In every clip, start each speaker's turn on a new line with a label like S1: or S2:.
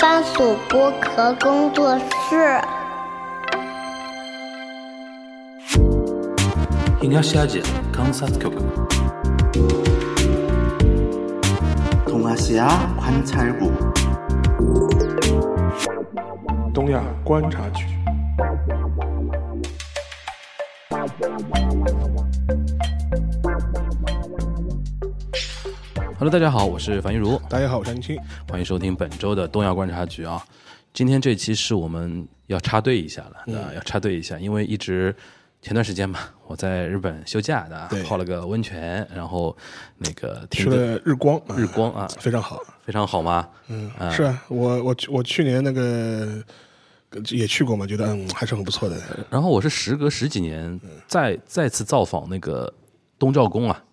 S1: 番薯剥壳工作室。
S2: 東アジア観察局
S3: 동아시아관찰국
S4: 东亚观察局。
S2: ，Hello，大家好，我是樊玉茹，
S4: 大家好，我是安青。
S2: 欢迎收听本周的东亚观察局啊。今天这期是我们要插队一下了，
S4: 嗯
S2: 那要插队一下，因为一直前段时间嘛，我在日本休假的啊
S4: 对，
S2: 泡了个温泉，然后那个
S4: 吃
S2: 听着
S4: 了日光，
S2: 日光啊
S4: 非常好。
S2: 非常好吗？
S4: 嗯，是啊，我我我去年那个呃也去过嘛，觉得嗯还是很不错的。
S2: 然后我是时隔十几年
S4: 嗯
S2: 再再次造访那个东照宫啊，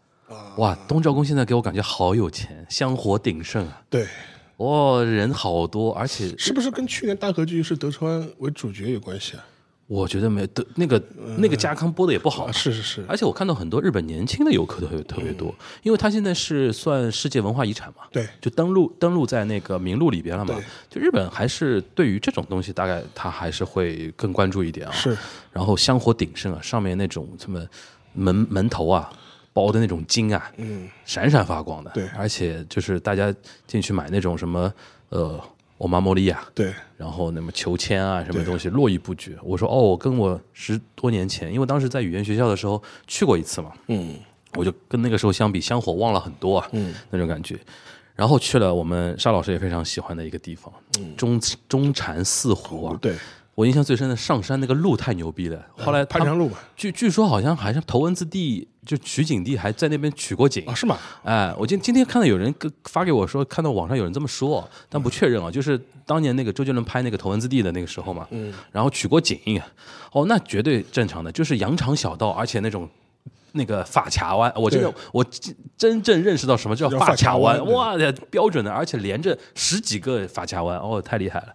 S2: 哇，东照宫现在给我感觉好有钱，香火鼎盛啊，
S4: 对，
S2: 哦，人好多，而且
S4: 是不是跟去年大合剧是德川为主角有关系啊？
S2: 我觉得没的，那个
S4: 嗯
S2: 那个家康播的也不好
S4: 啊，，是是是，嗯
S2: 而且我看到很多日本年轻的游客特别特别多，因为它现在是算世界文化遗产嘛，
S4: 对
S2: 就登录登录在那个名录里边了嘛
S4: 对。
S2: 就日本还是对于这种东西，大概他还是会更关注一点啊。
S4: 是，
S2: 然后香火鼎盛啊，上面那种什么门门头啊。包的那种金啊，嗯，闪闪发光的，
S4: 对
S2: 而且就是大家进去买那种什么，呃，欧玛莫利亚，
S4: 对，
S2: 然后那么求签啊，什么东西络绎不绝。我说哦，我跟我十多年前，因为当时在语言学校的时候去过一次嘛，
S4: 嗯，
S2: 我就跟那个时候相比，香火旺了很多啊，嗯，那种感觉。然后去了我们沙老师也非常喜欢的一个地方，中中禅寺湖啊。
S4: 嗯对，嗯
S2: 我印象最深的上山那个路太牛逼了，后来他
S4: 潘长路嘛，
S2: 据据说好像还是头文字 D 就取景地还在那边取过景
S4: 啊是吗？
S2: 哎，我今今天看到有人跟发给我说，看到网上有人这么说，但不确认啊，就是当年那个周杰伦拍那个《头文字 D》的那个时候嘛，嗯，然后取过景，哦，那绝对正常的，就是羊肠小道，而且那种。那个发卡弯，我真的
S4: 对
S2: 我真真正认识到什么叫
S4: 叫
S2: 发
S4: 发
S2: 卡
S4: 卡
S2: 弯
S4: 弯，
S2: 哇，标准的，而且连着十几个发卡弯，哦，太厉害了。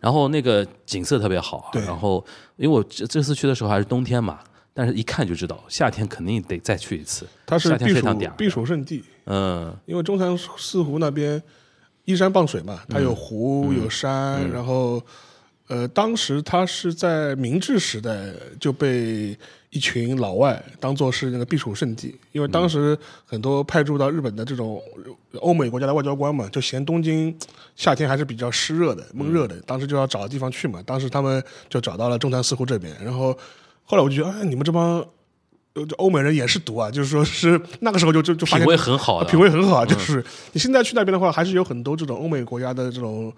S2: 然后那个景色特别好啊、
S4: 对
S2: 然后因为我这这次去的时候还是冬天嘛，但是一看就知道夏天肯定得再去一次，
S4: 它是
S2: 夏天
S4: 避
S2: 非
S4: 暑
S2: 常嗲，
S4: 避暑胜地，
S2: 嗯。
S4: 因为中山四湖那边依山傍水嘛，它有
S2: 嗯
S4: 湖、有山，然后呃，当时它是在明治时代就被一群老外当做是那个避暑胜地，因为
S2: 嗯
S4: 当时很多派驻到日本的这种欧美国家的外交官嘛，就嫌东京夏天还是比较湿热的、闷热的，
S2: 嗯
S4: 当时就要找个地方去嘛，当时他们就找到了中山四湖这边，然后后来我就觉得，哎，你们这帮。呃这欧美人也是毒啊，就是说是那个时候就就就发
S2: 品
S4: 现
S2: 味很好的，
S4: 啊
S2: 嗯
S4: 品味很好，就是你现在去那边的话，还是有很多这种欧美国家的这种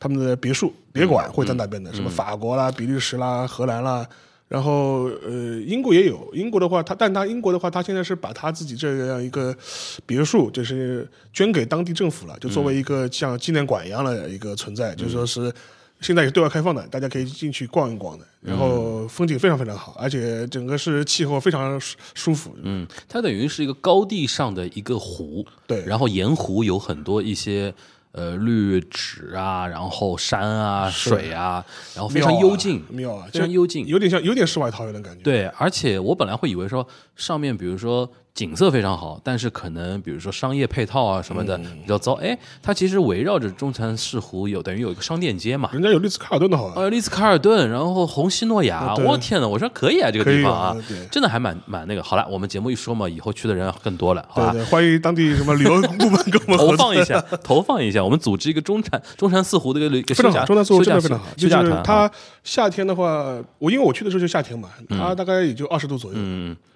S4: 他们的别墅、别馆会在那边的，
S2: 嗯
S4: 什么法国啦、比利时啦、荷兰啦，然后呃，英国也有。英国的话，他但他英国的话，他现在是把他自己这样一个别墅，就是捐给当地政府了，就作为一个像纪念馆一样的一个存在，
S2: 嗯
S4: 就是说是。现在也是对外开放的，大家可以进去逛一逛的。然后风景非常非常好，而且整个是气候非常舒舒服。嗯，
S2: 嗯，它等于是一个高地上的一个湖，
S4: 对
S2: 然后沿湖有很多一些呃绿植啊，然后山啊、水啊，然后非常幽静，
S4: 妙啊，
S2: 非常幽静，
S4: 有点像有点世外桃源的感觉。
S2: 对，而且我本来会以为说上面比如说景色非常好，但是可能比如说商业配套啊什
S4: 嗯
S2: 么的比较糟。哎，它其实围绕着中禅市湖有等于有一个商店街嘛。
S4: 人家有丽兹卡尔顿的好啊玩，
S2: 呃，丽兹卡尔顿，然后红西诺雅，
S4: 啊对
S2: 我天呐，我说可以啊，这个
S4: 可以
S2: 地方
S4: 啊
S2: 啊
S4: 对，
S2: 真的还蛮蛮那个。好了，我们节目一说嘛，以后去的人更多了，好吧
S4: 对？对，欢迎当地什么旅游部门跟我们合
S2: 投
S4: 作
S2: 放一下，投放一下，我们组织一个中禅中禅四湖的一个一个
S4: 非
S2: 休
S4: 常
S2: 假
S4: 好，中南苏
S2: 休
S4: 真
S2: 假
S4: 的非常好。
S2: 休
S4: 就
S2: 假
S4: 是
S2: 团啊，
S4: 它夏天的话，我因为我去的时候就夏天嘛，
S2: 嗯
S4: 它大概也就二十度左右，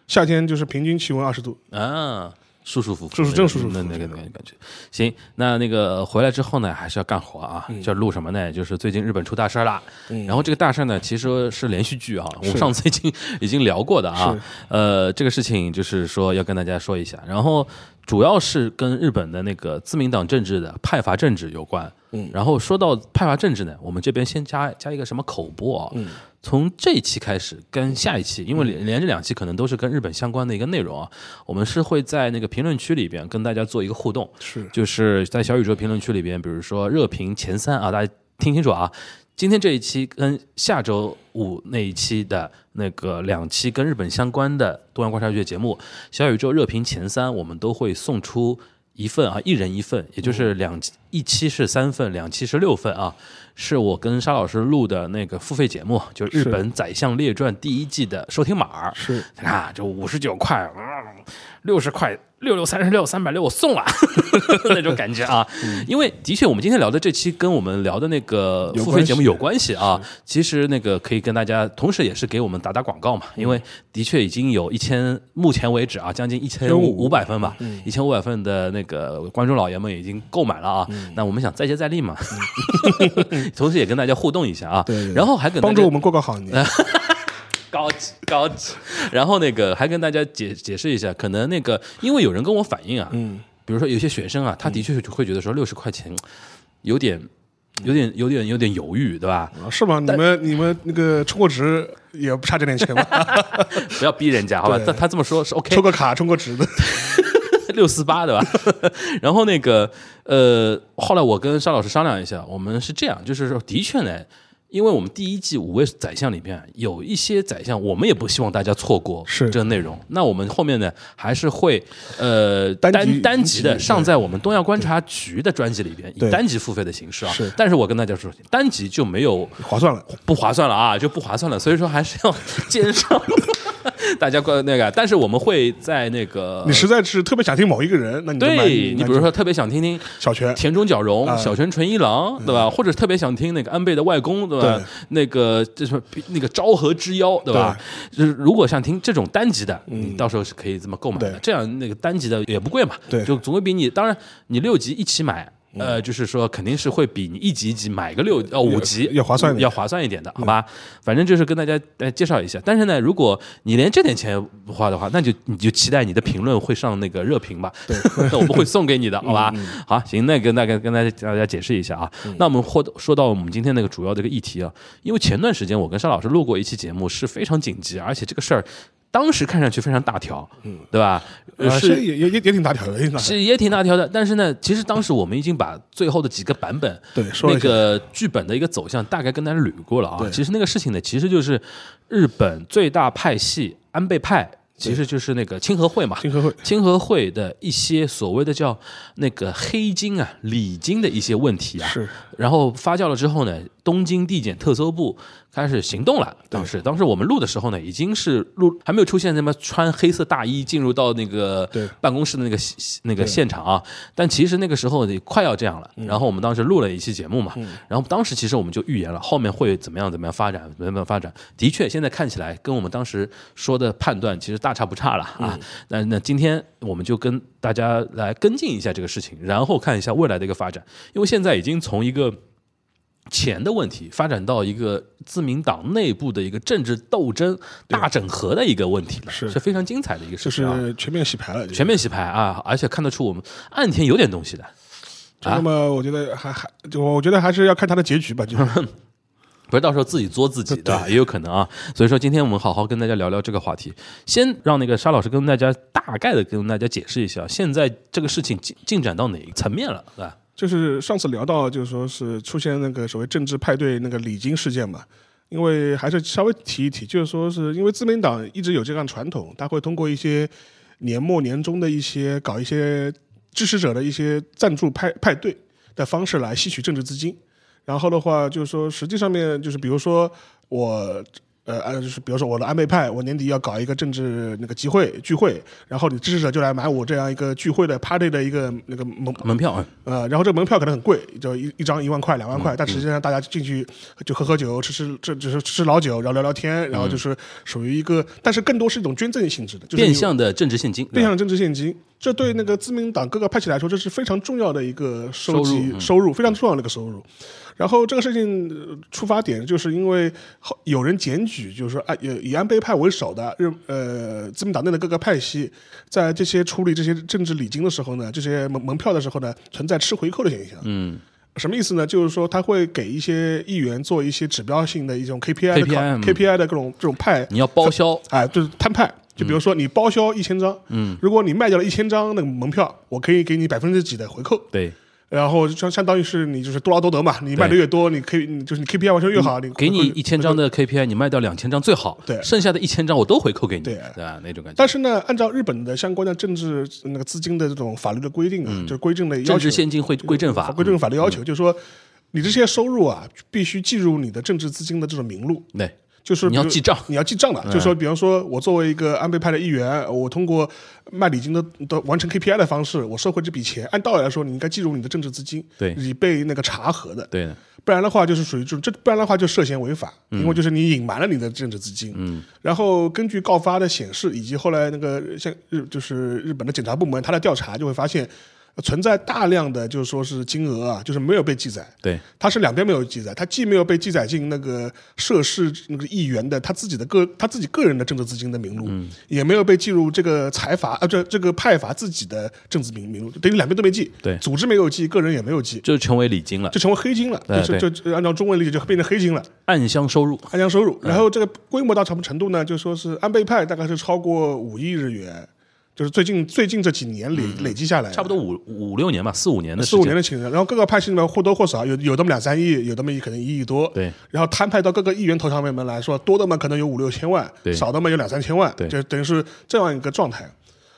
S4: 夏天就是平均气温二十度，
S2: 啊，舒舒服服，
S4: 舒舒
S2: 那
S4: 真
S2: 个
S4: 舒舒服
S2: 那
S4: 服
S2: 那个
S4: 真
S2: 那
S4: 的
S2: 个感觉。行，那那个回来之后呢，还是要干活啊，
S4: 嗯
S2: 就要录什么呢？就是最近日本出大事儿了，然后这个大事儿呢，其实是连续剧啊，我们上次已经已经聊过的啊
S4: 是，
S2: 呃，这个事情就是说要跟大家说一下，然后。主要是跟日本的那个自民党政治的派阀政治有关，嗯，然后说到派阀政治呢，我们这边先加加一个什么口播啊，嗯，从这一期开始跟下一期，因为连连着两期可能都是跟日本相关的一个内容啊，我们是会在那个评论区里边跟大家做一个互动，
S4: 是
S2: 就是在小宇宙评论区里边，比如说热评前三啊，大家听清楚啊。今天这一期跟下周五那一期的那个两期跟日本相关的东洋观察局的节目，
S4: 哦
S2: 小宇宙热评前三，我们都会送出一份啊，一人一份，也就是两期一期是三份，两期是六份啊，是我跟沙老师录的那个付费节目，就是《日
S4: 是
S2: 本宰相列传》第一季的收听码儿。
S4: 是
S2: 你看啊，这五十九块，六十块，六六三十六，三百六我送了， 那种感觉啊。因为的确，我们今天聊的这期跟我们聊的那个
S4: 嗯有
S2: 付费
S4: 关
S2: 节目
S4: 系
S2: 有关系啊。其实那个可以跟大家，同时也是给我们打打广告嘛，因
S4: 嗯
S2: 为的确已经有一千，目前为止啊，将近一千五百分吧，
S4: 嗯
S2: 一千五百份的那个观众老爷们已经购买了啊。
S4: 嗯
S2: 那我们想再接再厉嘛， 同时也跟大家互动一下啊。
S4: 对对对
S2: 然后还跟大家
S4: 帮助我们过个 好年。啊
S2: 高级高级。然后那个还跟大家解解释一下，可能那个因为有人跟我反映啊，嗯，比如说有些学生啊，他的确是会觉得说六十块钱有点有点有点有点犹豫，对吧？
S4: 啊是吗？你们你们那个充过值也不差这点钱 吧？
S2: 不要逼人家，好吧？
S4: 对
S2: 他他这么说是 OK，
S4: 充个卡，充过值的，
S2: 六四八对吧？ 然后那个呃，后来我跟沙老师商量一下，我们是这样，就是说的确呢。因为我们第一季五位宰相里面有一些宰相，我们也不希望大家错过
S4: 是
S2: 这个内容。那我们后面呢，还是会呃
S4: 单集
S2: 单单集的
S4: 对
S2: 上在我们东亚观察局的专辑里边，以
S4: 对
S2: 单集付费的形式啊
S4: 是。
S2: 但是我跟大家说，单集就没有
S4: 划算了。
S2: 不 划算了啊，就不划算了，所以说还是要 兼上。大家关那个，但是我们会在那个
S4: 你实在是特别想听某一个人，那你就买
S2: 对你
S4: 那
S2: 比如说特别想听听
S4: 小泉
S2: 田中角荣、
S4: 啊嗯
S2: 小泉纯一郎，对吧？或者特别想听那个安倍的外公，对吧
S4: 对？
S2: 那个就是那个昭和之妖，对吧？就是如果想听这种单集的，你到时候是可以这么购买的
S4: 嗯对，
S2: 这样那个单集的也不贵嘛，
S4: 对嗯
S2: 就总会比你当然你六集一起买。呃，就是说，肯定是会比你一集一集买个六呃五集
S4: 要划算一点
S2: 要划算一点的，好吧？反正就是跟大家呃介绍一下。但是呢，如果你连这点钱不花的话，那就你就期待你的评论会上那个热评吧。 对，嗯我们会送给你的，好吧？好，行，那跟大家跟大家大家解释一下啊。那我们或说到我们今天那个主要的一个议题啊，因为前段时间我跟沙老师录过一期节目，是非常紧急，而且这个事儿当时看上去非常大条，嗯，对吧？呃
S4: 啊，
S2: 是
S4: 是也也也也挺大条的，也挺大条的。
S2: 是也挺大条的，但是呢，其实当时我们已经把最后的几个版本，
S4: 对说了
S2: 那
S4: 一下
S2: 个剧本的一个走向大概跟大家捋过了啊
S4: 对。
S2: 其实那个事情呢，其实就是日本最大派系安倍派，其实就是那个清和会嘛。
S4: 听合会
S2: 清和会的一些所谓的叫那个黑金啊、礼金的一些问题啊，
S4: 是
S2: 然后发酵了之后呢，东京地检特搜部开始行动了。当时，当时我们录的时候呢，已经是录还没有出现什么穿黑色大衣进入到那个
S4: 对
S2: 办公室的那个那个现场啊。但其实那个时候也快要这样了。
S4: 嗯
S2: 然后我们当时录了一期节目嘛，然后当时其实我们就预言了后面会怎么样怎么样发展，怎么样发展。的确，现在看起来跟我们当时说的判断其实大差不差了
S4: 嗯
S2: 啊。那那今天我们就跟大家来跟进一下这个事情，然后看一下未来的一个发展，因为现在已经从一个钱的问题发展到一个自民党内部的一个政治斗争大整合的一个问题了，
S4: 是
S2: 非常精彩的一个事
S4: 就
S2: 情啊，
S4: 是全面洗牌了，
S2: 全
S4: 面。
S2: 面洗牌啊，而且看得出我们岸田有点东西的，
S4: 就那么我觉得还还就我觉得还是要看他的结局吧，就是
S2: 不是到时候自己作自己，对吧？也有可能啊。所以说，今天我们好好跟大家聊聊这个话题。先让那个沙老师跟大家大概的跟大家解释一下，现在这个事情进进展到哪个层面了，对吧？
S4: 就是上次聊到，就是说是出现那个所谓政治派对那个礼金事件嘛，因为还是稍微提一提，就是说是因为自民党一直有这样的传统，他会通过一些年末年终的一些搞一些支持者的一些赞助派派对的方式来吸取政治资金。然后的话，就是说实际上面就是比如说我。呃，呃就是比如说我的安倍派，我年底要搞一个政治那个集会聚会，然后你支持者就来买我这样一个聚会的 party 的一个那个门
S2: 门票啊，
S4: 呃，然后这个门票可能很贵，就一一张一万块、两
S2: 嗯
S4: 万块，但实际上大家进去就喝喝酒、吃吃这就是吃吃老酒，然后聊聊天，然后就是属于一个，但是更多是一种捐赠性质的，就是你
S2: 嗯变相的政治现金，
S4: 变
S2: 对吧
S4: 相政治现金。这对那个自民党各个派系来说，这是非常重要的一个收集
S2: 收入嗯
S4: 收入,、非常重要的一个收入。然后这个事情、呃出发点就是因为后有人检举，就是说啊，以以安倍派为首的日呃自民党内的各个派系，在这些处理这些政治礼金的时候呢，这些门门票的时候呢，存在吃回扣的现象。
S2: 嗯
S4: 什么意思呢？就是说他会给一些议员做一些指标性的一种 KPI 的
S2: KPI 嗯
S4: 考 KPI 的各种这种派，
S2: 你要报销，
S4: 哎，就是摊派。就比如说你包销一千张，嗯，如果你卖掉了一千张那个门票，我可以给你百分之几的回扣。
S2: 对，
S4: 然后相相当于是你就是多劳多得嘛，你卖的越多，你可以你就是你 KPI 完成越好，你
S2: 给你
S4: 会
S2: 一千张。的 KPI，你卖掉两千张最好，
S4: 对
S2: 剩下的一千张我都回扣给你，
S4: 对
S2: 吧？那种感觉。
S4: 但是呢，按照日本的相关的政治那个资金的这种法律的规定啊，就是规定的要求，
S2: 嗯政治现金会归政法，嗯
S4: 规定法律要求，就是说你这些收入啊，必须计入你的政治资金的这种名录。
S2: 嗯对，
S4: 就是比如
S2: 你要记账嗯
S4: 你要记账的。就是说，比方说，我作为一个安倍派的一员，我通过卖礼金的的完成 KPI 的方式，我收回这笔钱。按道理来说，你应该计入你的政治资金，
S2: 对
S4: 以备那个查核的。
S2: 对的，
S4: 不然的话就是属于这种，这不然的话就涉嫌违法，
S2: 嗯
S4: 因为就是你隐瞒了你的政治资金。嗯，然后根据告发的显示，以及后来那个像日就是日本的检察部门他的调查就会发现，呃存在大量的就是说是金额啊，就是没有被记载。
S2: 对
S4: 它是两边没有记载，它既没有被记载进那个涉事那个议员的他自己的个他自己个人的政治资金的名录，
S2: 嗯
S4: 也没有被记入这个财阀啊这这个派阀自己的政治名名录，等于两边都没记，
S2: 对
S4: 组织没有记，个人也没有记，
S2: 就成为礼金了
S4: 就，成为黑金了，
S2: 对
S4: 就是就就按照中文理解就变成黑金了，
S2: 暗箱收入，
S4: 暗箱收
S2: 嗯
S4: 入。然后这个规模到什么程度呢？就说是安倍派大概是超过五亿日元，就是最近最近这几年累、
S2: 嗯
S4: 累积下来，
S2: 差不多五五六年吧，四五年的时
S4: 四
S2: 间
S4: 五年的情人，然后各个派系里面或多或少有有那么两三亿，有那么一可能一亿多。
S2: 对，
S4: 然后摊派到各个议员头上面们来说，多的嘛可能有五六千万
S2: 对，
S4: 少的嘛有两三千万，
S2: 对
S4: 就等于是这样一个状态。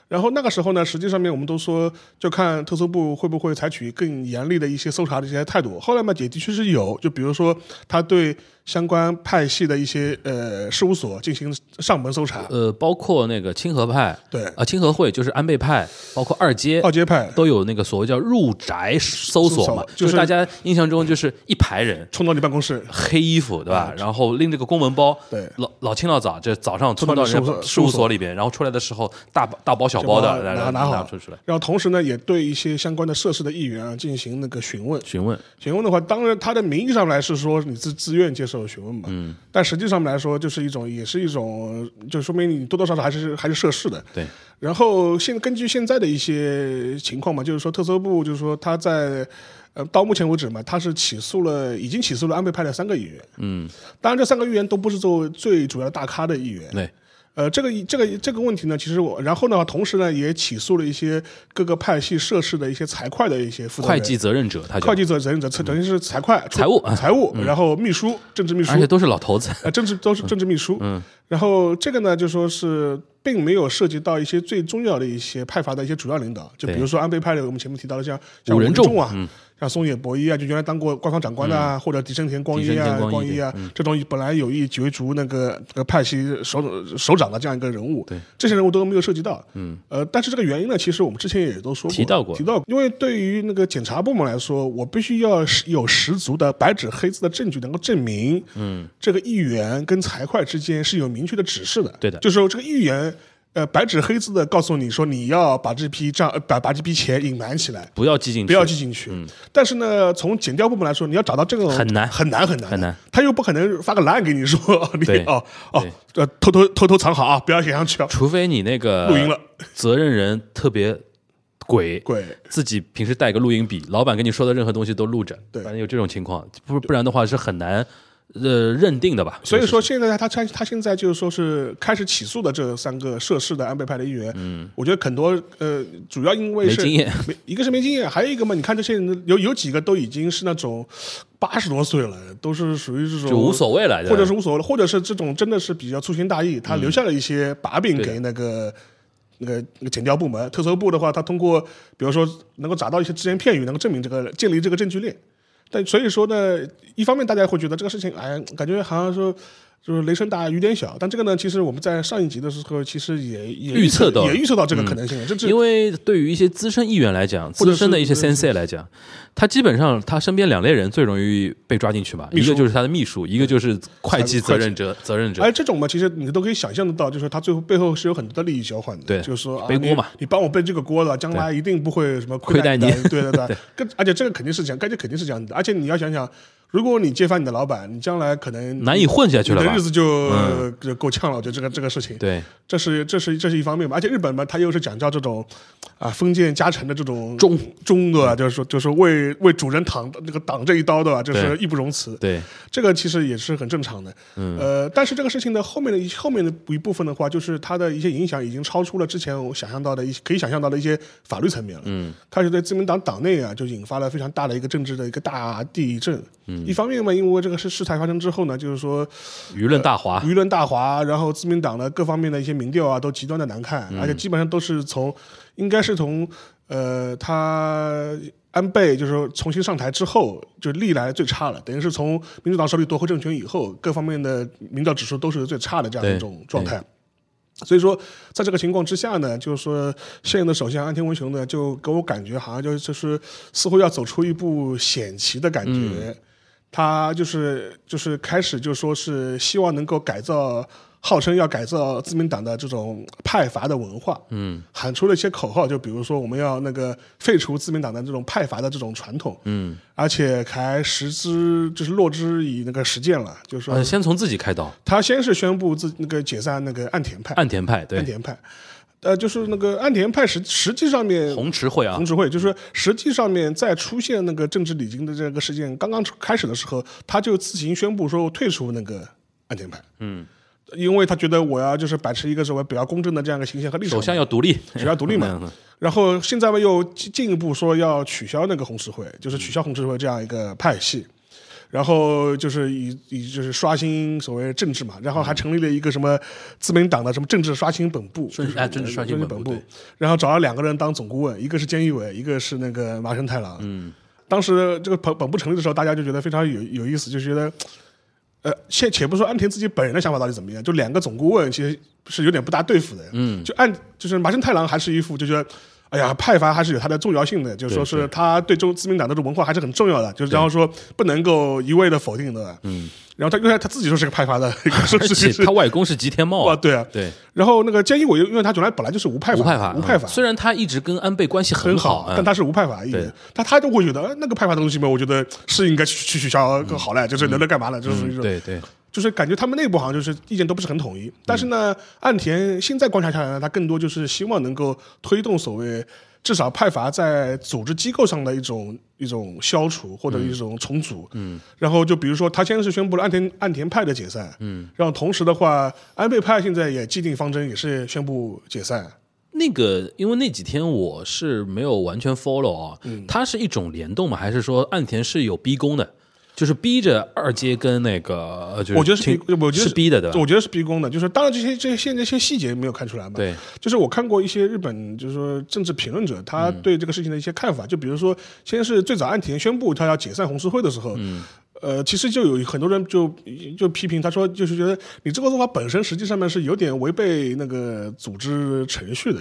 S4: 然后那个时候呢，实际上面我们都说，就看特搜部会不会采取更严厉的一些搜查的一些态度。后来嘛，也的确是有，就比如说他对相关派系的一些呃事务所进行上门搜查，
S2: 呃，包括那个清河派，
S4: 对
S2: 啊，清河会就是安倍派，包括二阶，
S4: 二阶派
S2: 都有那个所谓叫入宅搜索嘛
S4: 搜索，就
S2: 就
S4: 是是
S2: 大家印象中就是一排人。
S4: 冲到你办公室，
S2: 黑衣服对吧？然后拎着个公文包，
S4: 嗯对
S2: 老老清老早，这早上冲到人
S4: 冲到
S2: 家
S4: 那
S2: 事
S4: 事
S2: 务
S4: 务所
S2: 所里边，然后出来的时候大包大包小包的，然后
S4: 拿拿好
S2: 出出来
S4: 然后同时呢，也对一些相关的涉事的议员啊进行那个询问。
S2: 询问，
S4: 询问的话，当然他的名义上来是说你自自愿接受询问嘛，嗯，但实际上来说就是一种，也是一种，就说明你多多少少还是还是涉事的。
S2: 对，
S4: 然后现根据现在的一些情况嘛，就是说特搜部就是说他在呃到目前为止嘛，他是起诉了已经起诉了安倍派的三个议员，嗯，当然这三个议员都不是做最主要的大咖的议员，
S2: 对，
S4: 呃，这个这个这个问题呢，其实我然后呢，同时呢也起诉了一些各个派系涉事的一些财会的一些负责人
S2: 会计责任者，他就
S4: 会计责责任者，等于是财会、
S2: 财务啊
S4: 财务，然后秘书、政治秘书
S2: 而，且都是老头子，
S4: 呃，政治都是政治秘书。嗯，然后这个呢，就说是并没有涉及到一些最重要的一些派阀的一些主要领导，就
S2: 对
S4: 比如说安倍派的，我们前面提到的像像
S2: 五
S4: 五
S2: 人
S4: 人
S2: 众嗯
S4: 众啊，像松野博一啊，就原来当过官方长官的啊，或者底生田光一
S2: 底生
S4: 啊
S2: 田、光一嗯
S4: 光一啊，这种本来有意角逐那个那个派系首首长的这样一个人物，对这些人物都没有涉及到。嗯，呃，但是这个原因呢，其实我们之前也都说过
S2: 提到过
S4: 提到过，因为对于那个检察部门来说，我必须要是有十足的白纸黑字的证据，能够证明，嗯，这个议员跟财会之间是有明确的指示的。
S2: 对的
S4: 就是说这个议员。呃，白纸黑字的告诉你说，你要把这批账，呃把把这批钱隐瞒起来，
S2: 不要激进，
S4: 不要记进去。但是呢，从检调部门来说，你要找到这个
S2: 嗯很难
S4: 很难，很难，
S2: 很难。
S4: 他又不可能发个蓝案给你说，你
S2: 对
S4: 哦哦
S2: 对，
S4: 呃，偷偷偷偷藏好啊，不要写上去啊。
S2: 除非你那个
S4: 录音了，
S2: 责任人特别鬼，
S4: 鬼
S2: 自己平时带个录音笔，老板跟你说的任何东西都录着，
S4: 对
S2: 反正有这种情况，不不然的话是很难呃认定的吧。
S4: 所以
S2: 这个
S4: 说，
S2: 事情，
S4: 现在他他他现在就是说是开始起诉的这三个涉事的安倍派的议员，嗯，我觉得很多呃，主要因为是
S2: 没经验
S4: 没一个是没经验，还有一个嘛，你看这些人有有几个都已经是那种八十多岁了，都是属于这种
S2: 就无所谓了，对吧
S4: 或者是无所谓了，或者是这种真的是比较粗心大意，他留下了一些把柄
S2: 嗯对的
S4: 给那个、那个那个检调部门、特搜部的话，他通过比如说能够找到一些只言片语，能够证明这个建立这个证据链。但所以说呢，一方面大家会觉得这个事情，哎，感觉好像说就是雷声大雨点小，但这个呢，其实我们在上一集的时候，其实也也
S2: 预测到了
S4: 也预测到这个可能性了，这这
S2: 因为对于一些资深议员来讲，
S4: 或者
S2: 资深的一些
S4: 是
S2: sensei 来讲，他基本上他身边两类人最容易被抓进去吧，
S4: 秘
S2: 一
S4: 书
S2: 个就是他的秘书，一个就是会计
S4: 会计
S2: 责任者责任者
S4: 哎，，这种嘛，其实你都可以想象得到，就是他最后背后是有很多的利益交换的，
S2: 对
S4: 就是说啊
S2: 背锅嘛
S4: 你，你帮我背这个锅了，将来一定不会什么
S2: 亏待
S4: 你的
S2: 你
S4: 对对对，跟而且这个肯定是这样，而且肯定是这样的，而且你要想想，如果你揭发你的老板，你将来可能
S2: 难以混下去
S4: 你
S2: 了吧嗯
S4: 的日？子就、就够呛了。我觉得这个这个事情，
S2: 对，
S4: 这是这是这是一方面吧，而且日本嘛，它又是讲究这种啊封建加成的这种
S2: 忠
S4: 忠对吧？就是说就是为为主人挡这个挡这一刀对吧？就是
S2: 对
S4: 义不容辞。
S2: 对，
S4: 这个其实也是很正常的。嗯，呃，但是这个事情的后面的一后面的一部分的话，就是它的一些影响已经超出了之前我想象到的一些可以想象到的一些法律层面了。嗯，开始对自民党党内啊，就引发了非常大的一个政治的一个大地震。嗯，一方面嘛，因为这个事事态发生之后呢，就是说
S2: 舆论大滑，
S4: 舆论大滑，然后自民党的各方面的一些民调啊都极端的难看，而且基本上都是从，应该是从呃他安倍就是说重新上台之后，就历来最差了，等于是从民主党手里夺回政权以后，各方面的民调指数都是最差的这样一种
S2: 对
S4: 状态。所以说，在这个情况之下呢，就是说现任的首相安田文雄呢，就给我感觉好像就就是似乎要走出一步险棋的感觉。他就是就是开始就说是希望能够改造，号称要改造自民党的这种派阀的文化，嗯，喊出了一些口号，就比如说我们要那个废除自民党的这种派阀的这种传统，嗯，而且还实之就是落之以那个实践了，就是说
S2: 呃，先从自己开刀，
S4: 他先是宣布自那个解散那个岸田派，
S2: 岸田派，
S4: 哎岸
S2: 对，
S4: 田派，呃，就是那个岸田派实实际上面
S2: 红池会啊
S4: 同，志会，就是实际上面在出现那个政治礼金的这个事件刚刚开始的时候，他就自行宣布说退出那个安田派，嗯，因为他觉得我要就是保持一个什么比较公正的这样一个形象和立场
S2: 首
S4: 嘛，
S2: 相要独立，
S4: 首相独立嘛
S2: 嗯，嗯
S4: 然后现在嘛又进进一步说要取消那个红十会，就是取消红十会这样一个派系，然后就是以以就是刷新所谓政治嘛，然后
S2: 嗯
S4: 还成立了一个什么自民党的什么政治刷新本部，
S2: 顺哎政治刷新
S4: 呃
S2: 本部
S4: 本部
S2: 对，
S4: 然后找了两个人当总顾问，一个是菅义伟，一个是那个麻生太郎。嗯，当时这个本本部成立的时候，大家就觉得非常有有意思，就觉得。呃，且且不说安田自己本人的想法到底怎么样，就两个总顾问其实是有点不大对付的。嗯，就按就是麻生太郎还是一副就觉得，哎呀，派阀还是有它的重要性的，就是说是他对中自民党的这种文化还是很重要的，就是然后说不能够一味的否定，对吧？嗯。然后他因为他自己就是个派阀的， 说
S2: 而
S4: 是
S2: 且
S4: 是
S2: 他外公是吉田茂
S4: 哇，
S2: 啊，
S4: 对啊。
S2: 对，
S4: 然后那个菅义伟，因为他原来本来就是无派阀，
S2: 无派阀，
S4: 无派
S2: 嗯
S4: 阀，
S2: 虽然他一直跟安倍关系
S4: 很
S2: 好，嗯
S4: 但他是无派阀议员
S2: 对，
S4: 但他就会觉得哎那个派阀的东西嘛，我觉得是应该去去取消更好了，就是留着干嘛了，就是一种
S2: 嗯对对，
S4: 就是感觉他们内部好像就是意见都不是很统一。但是
S2: 嗯
S4: 呢，岸田现在观察下来呢，他更多就是希望能够推动所谓至少派阀在组织机构上的一种一种消除或者一种重组。嗯，然后就比如说，他先是宣布了岸田岸田派的解散，嗯，然后同时的话，安倍派现在也既定方针，也是宣布解散。
S2: 那个，因为那几天我是没有完全 follow 啊，
S4: 嗯
S2: 它是一种联动吗？还是说岸田是有逼宫的，就是逼着二阶跟那个，呃就是
S4: 我觉得是逼
S2: 挺，
S4: 我觉得
S2: 是逼的，对吧？
S4: 我觉得是逼宫的，就是当然这些这些现在一些细节没有看出来嘛。
S2: 对，
S4: 就是我看过一些日本，就是说政治评论
S2: 嗯
S4: 者他对这个事情的一些看法，就比如说，先是最早岸田宣布他要解散红十会的时候，
S2: 嗯
S4: 呃，其实就有很多人就就批评他说，就是觉得你这个做法本身实际上面是有点违背那个组织程序的。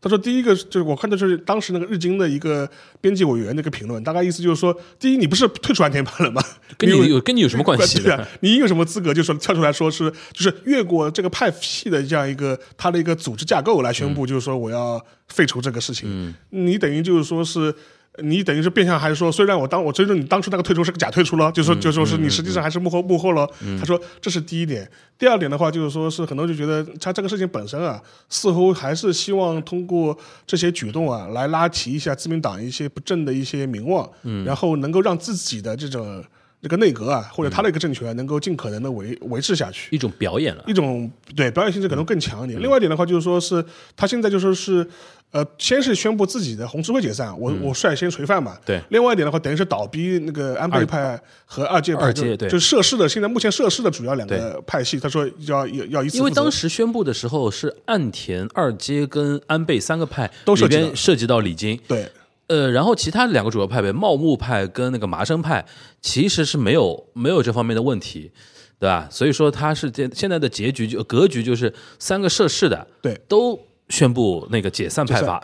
S4: 他说：“第一个就是我看的是当时那个日经的一个编辑委员的一个评论，大概意思就是说，第一，你不是退出岸田派了吗？
S2: 跟你
S4: 有
S2: 有跟你有什么关系
S4: 对
S2: 的？
S4: 啊，你有什么资格就说跳出来说是就是越过这个派系的这样一个它的一个组织架构来宣布，就是说我要废除这个事情？
S2: 嗯
S4: 你等于就是说是。你等于是变相还是说，虽然我当我追认你当初那个退出是个假退出了，就
S2: 嗯
S4: 说就说是你实际上还是幕后幕后了。他说这是第一点，第二点的话就是说是很多人就觉得他这个事情本身啊，似乎还是希望通过这些举动啊来拉提一下自民党一些不正的一些名望，
S2: 嗯
S4: 然后能够让自己的这种这个内阁啊，或者
S2: 嗯
S4: 他的一个政权能够尽可能的维维持下去。
S2: 一嗯种表演了
S4: 一，种对表演性质可能更强一点。另外一点的话，就是说是他现在就说是，呃，先是宣布自己的红十会解散，我、我率先垂范嘛。
S2: 嗯对
S4: 另外一点的话，等于是倒逼那个安倍派和二届派，
S2: 二
S4: 就
S2: 届
S4: 是
S2: 对
S4: 就是涉事的现在目前涉事的主要两个派系，他说要要要一次
S2: 因为当
S4: 时
S2: 时宣布的时候是岸田、二阶跟安倍三个派
S4: 都涉
S2: 里
S4: 及到
S2: 边涉及到礼金，
S4: 对
S2: 呃，然后其他两个主要派别，茂木派跟那个麻生派，其实是没有没有这方面的问题，对吧？所以说他是现现在的结局就格局就是三个涉事的
S4: 对
S2: 都宣布那个解散派阀，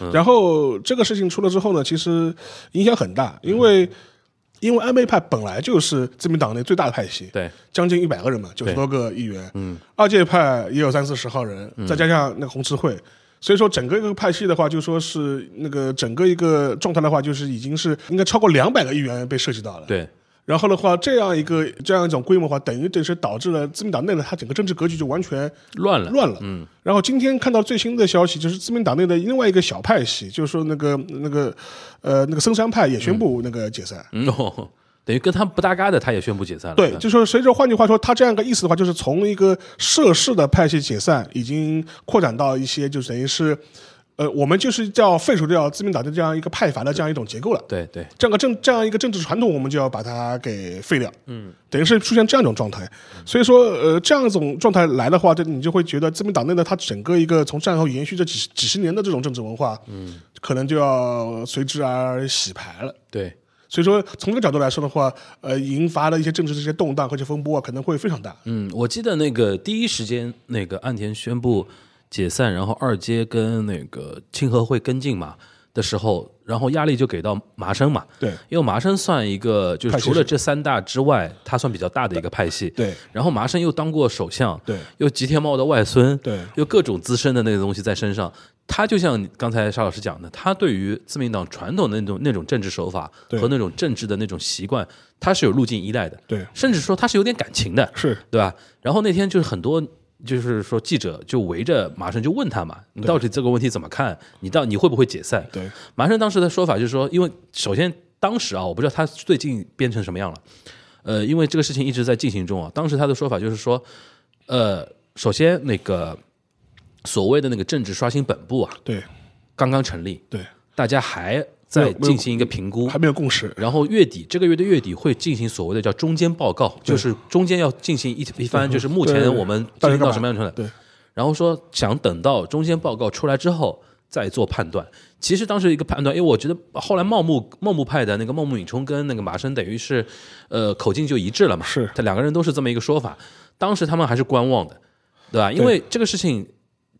S2: 嗯
S4: 然后这个事情出了之后呢，其实影响很大，因为、
S2: 嗯
S4: 因为安倍派本来就是自民党内最大的派系，
S2: 对
S4: 将近一百个人嘛，九十
S2: 对
S4: 多个议员，嗯，二届派也有三四十号人，
S2: 嗯
S4: 再加上那个红十会。所以说，整个一个派系的话，就说是那个整个一个状态的话，就是已经是应该超过两百个议员被涉及到了。
S2: 对
S4: 然后的话，这样一个这样一种规模化，等于等于是导致了自民党内的它整个政治格局就完全
S2: 乱了，
S4: 乱了。嗯。然后今天看到最新的消息，就是自民党内的另外一个小派系，就是说那个那个呃那个深山派也宣布那个解散。
S2: 嗯 哦，等于跟他不搭嘎的，他也宣布解散了。
S4: 对，就是说随着换句话说，他这样一个意思的话，就是从一个涉事的派系解散，已经扩展到一些就等于是，呃，我们就是叫废除掉自民党的这样一个派阀的这样一种结构了。
S2: 对对，
S4: 这样个政这样一个政治传统，我们就要把它给废掉。嗯，等于是出现这样一种状态。所以说，呃，这样一种状态来的话，就你就会觉得自民党内的它整个一个从战后延续这几十几十年的这种政治文化，嗯，可能就要随之而洗牌了。
S2: 对，
S4: 所以说，从这个角度来说的话，呃，引发的一些政治这些动荡或者风波啊，可能会非常大。
S2: 嗯，我记得那个第一时间，那个岸田宣布解散，然后二阶跟那个清和会跟进嘛的时候，然后压力就给到麻生嘛，
S4: 对
S2: 因为麻生算一个就是
S4: 派系
S2: 除了
S4: 是
S2: 这三大之外，他算比较大的一个派系，
S4: 对
S2: 然后麻生又当过首相，
S4: 对
S2: 又吉田茂的外孙，
S4: 对
S2: 又各种资深的那个东西在身上。他就像刚才沙老师讲的，他对于自民党传统的那种那种政治手法
S4: 对
S2: 和那种政治的那种习惯，他是有路径依赖的，
S4: 对，
S2: 甚至说他是有点感情的，
S4: 是
S2: 对吧？然后那天就是很多。就是说，记者就围着麻生就问他嘛，你到底这个问题怎么看？你到你会不会解散？
S4: 对
S2: 麻生当时的说法就是说，因为首先当时啊，我不知道他最近变成什么样了，呃，因为这个事情一直在进行中啊。当时他的说法就是说，呃，首先那个所谓的那个政治刷新本部啊，
S4: 对
S2: 刚刚成立，
S4: 对，
S2: 大家还
S4: 没
S2: 在
S4: 有没有
S2: 进行一个评估
S4: 还，没有共识。
S2: 然后月底这个月的月底会进行所谓的叫中间报告，就是中间要进行一一番，就是目
S4: 嗯对
S2: 前我们进行到什么样的程度。
S4: 对，
S2: 然后说想等到中间报告出来之后再做判断。其实当时一个判断，因为我觉得后来茂木茂木派的那个茂木敏充跟那个麻生等于是，呃，口径就一致了嘛，
S4: 是
S2: 他两个人都是这么一个说法。当时他们还是观望的，对吧？因为这个事情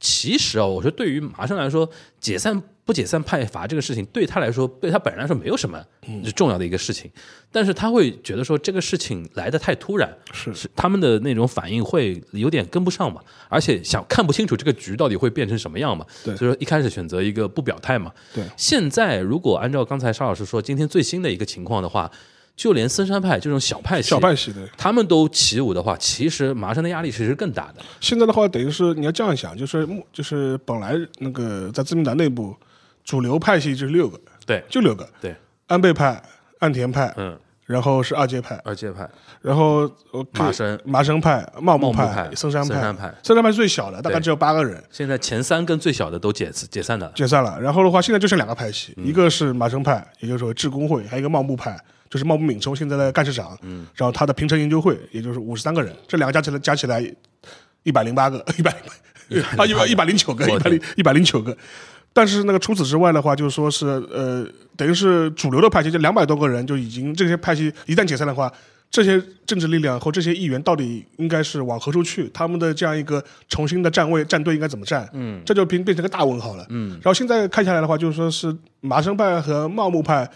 S2: 其实啊，我觉得对于麻生来说，解散不解散派阀这个事情，对他来说，对他本人来说没有什么
S4: 嗯
S2: 重要的一个事情，但是他会觉得说这个事情来的太突然，
S4: 是
S2: 是他们的那种反应会有点跟不上嘛，而且想看不清楚这个局到底会变成什么样嘛，
S4: 对
S2: 所以说一开始选择一个不表态嘛，
S4: 对
S2: 现在如果按照刚才沙老师说今天最新的一个情况的话，就连森山派这种小派系
S4: 小派系的。
S2: 他们都起舞的话，其实麻生的压力其实更大的，
S4: 现在的话，等于是你要这样想，就是目就是本来那个在自民党内部主流派系就是六个，
S2: 对
S4: 就六个，
S2: 对，
S4: 安倍派、岸田派，
S2: 嗯，
S4: 然后是二阶派，
S2: 二阶派
S4: 然后呃
S2: 麻生
S4: 麻生派、茂木
S2: 茂木派
S4: 森山
S2: 森山派
S4: 森山派是最小的，大概
S2: 对
S4: 只有八个人。
S2: 现在前三跟最小的都解解散了，
S4: 解散了。嗯然后的话，现在就剩两个派系，一个是麻生派，也就是说致公会，还有一个茂木派，就是茂木敏充现在的干事长。嗯，然后他的平成研究会，也就是五十三个人，这两个加起来加起来一百零八个，一百 啊一百一百零九个，一
S2: 我
S4: 百
S2: 天
S4: 零一百零九个。但是那个除此之外的话，就是说是呃，等于是主流的派系，就两百多个人就已经这些派系一旦解散的话，这些政治力量和这些议员到底应该是往何处去？他们的这样一个重新的站位站队应该怎么站？嗯，这就变变成个大问号了。嗯，然后现在看下来的话，就是说是麻生派和茂木派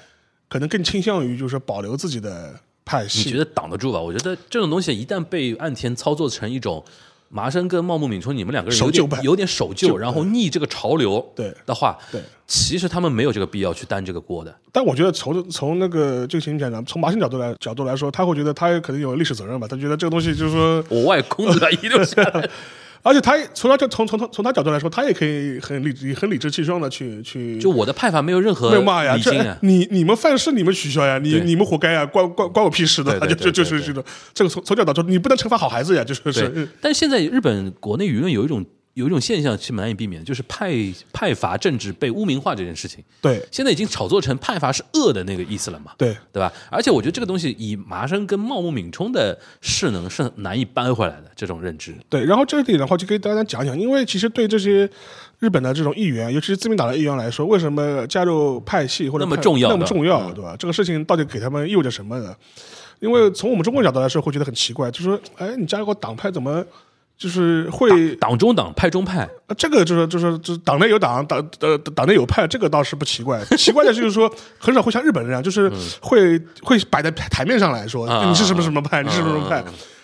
S4: 可能更倾向于就是保留自己的派
S2: 你觉
S4: 系。
S2: 得挡得住吧？我觉得这种东西一旦被岸田操作成一种麻生跟茂木敏充你们两个人有
S4: 守旧
S2: 点
S4: 派
S2: 有点守旧，
S4: 旧
S2: 然后逆这个潮流
S4: 对
S2: 的话，
S4: 对
S2: 其实他们没有这个必要去担这个锅的。
S4: 但我觉得从从那个这个情况讲，从麻生角度来角度来说，他会觉得他可能有历史责任吧，他觉得这个东西就是说。
S2: 我外公的一路下 来，
S4: 而且他也从他这从从他从他角度来说，他也可以很理很理直气壮的去去
S2: 就我的派阀没有任何
S4: 没有骂呀，
S2: 理
S4: 这
S2: 性
S4: 哎
S2: 啊。
S4: 你你们犯事你们取消呀，你
S2: 对
S4: 你们活该呀，关关关我屁事的
S2: 对，对
S4: 就
S2: 对
S4: 就就是这
S2: 对
S4: 种这个从从角度来说，你不能惩罚好孩子呀，就是嗯
S2: 对
S4: 是，
S2: 但现在日本国内舆论有一种有一种现象是蛮难以避免，就是派派阀政治被污名化这件事情，
S4: 对
S2: 现在已经炒作成派阀是恶的那个意思了嘛？
S4: 对
S2: 对吧？而且我觉得这个东西以麻生跟茂木敏充的势能是难以扳回来的这种认知。
S4: 对。然后这点的话，就跟大家讲讲，因为其实对这些日本的这种议员，尤其是自民党的议员来说，为什么加入派系或者
S2: 那么
S4: 派
S2: 重要
S4: 那么
S2: 的嗯
S4: 重要，对吧？这个事情到底给他们意味着什么呢？因为从我们中国角度来说，会觉得很奇怪，就说，哎，你加入个党派怎么？就是会
S2: 党中党派中派，
S4: 啊这个就是就是就是党内有党，党呃党内有派，这个倒是不奇怪。奇怪的就是说，很少会像日本人这样，就是会会摆在台面上来说
S2: 嗯啊
S4: 你是什么什么派，你是什么什么派。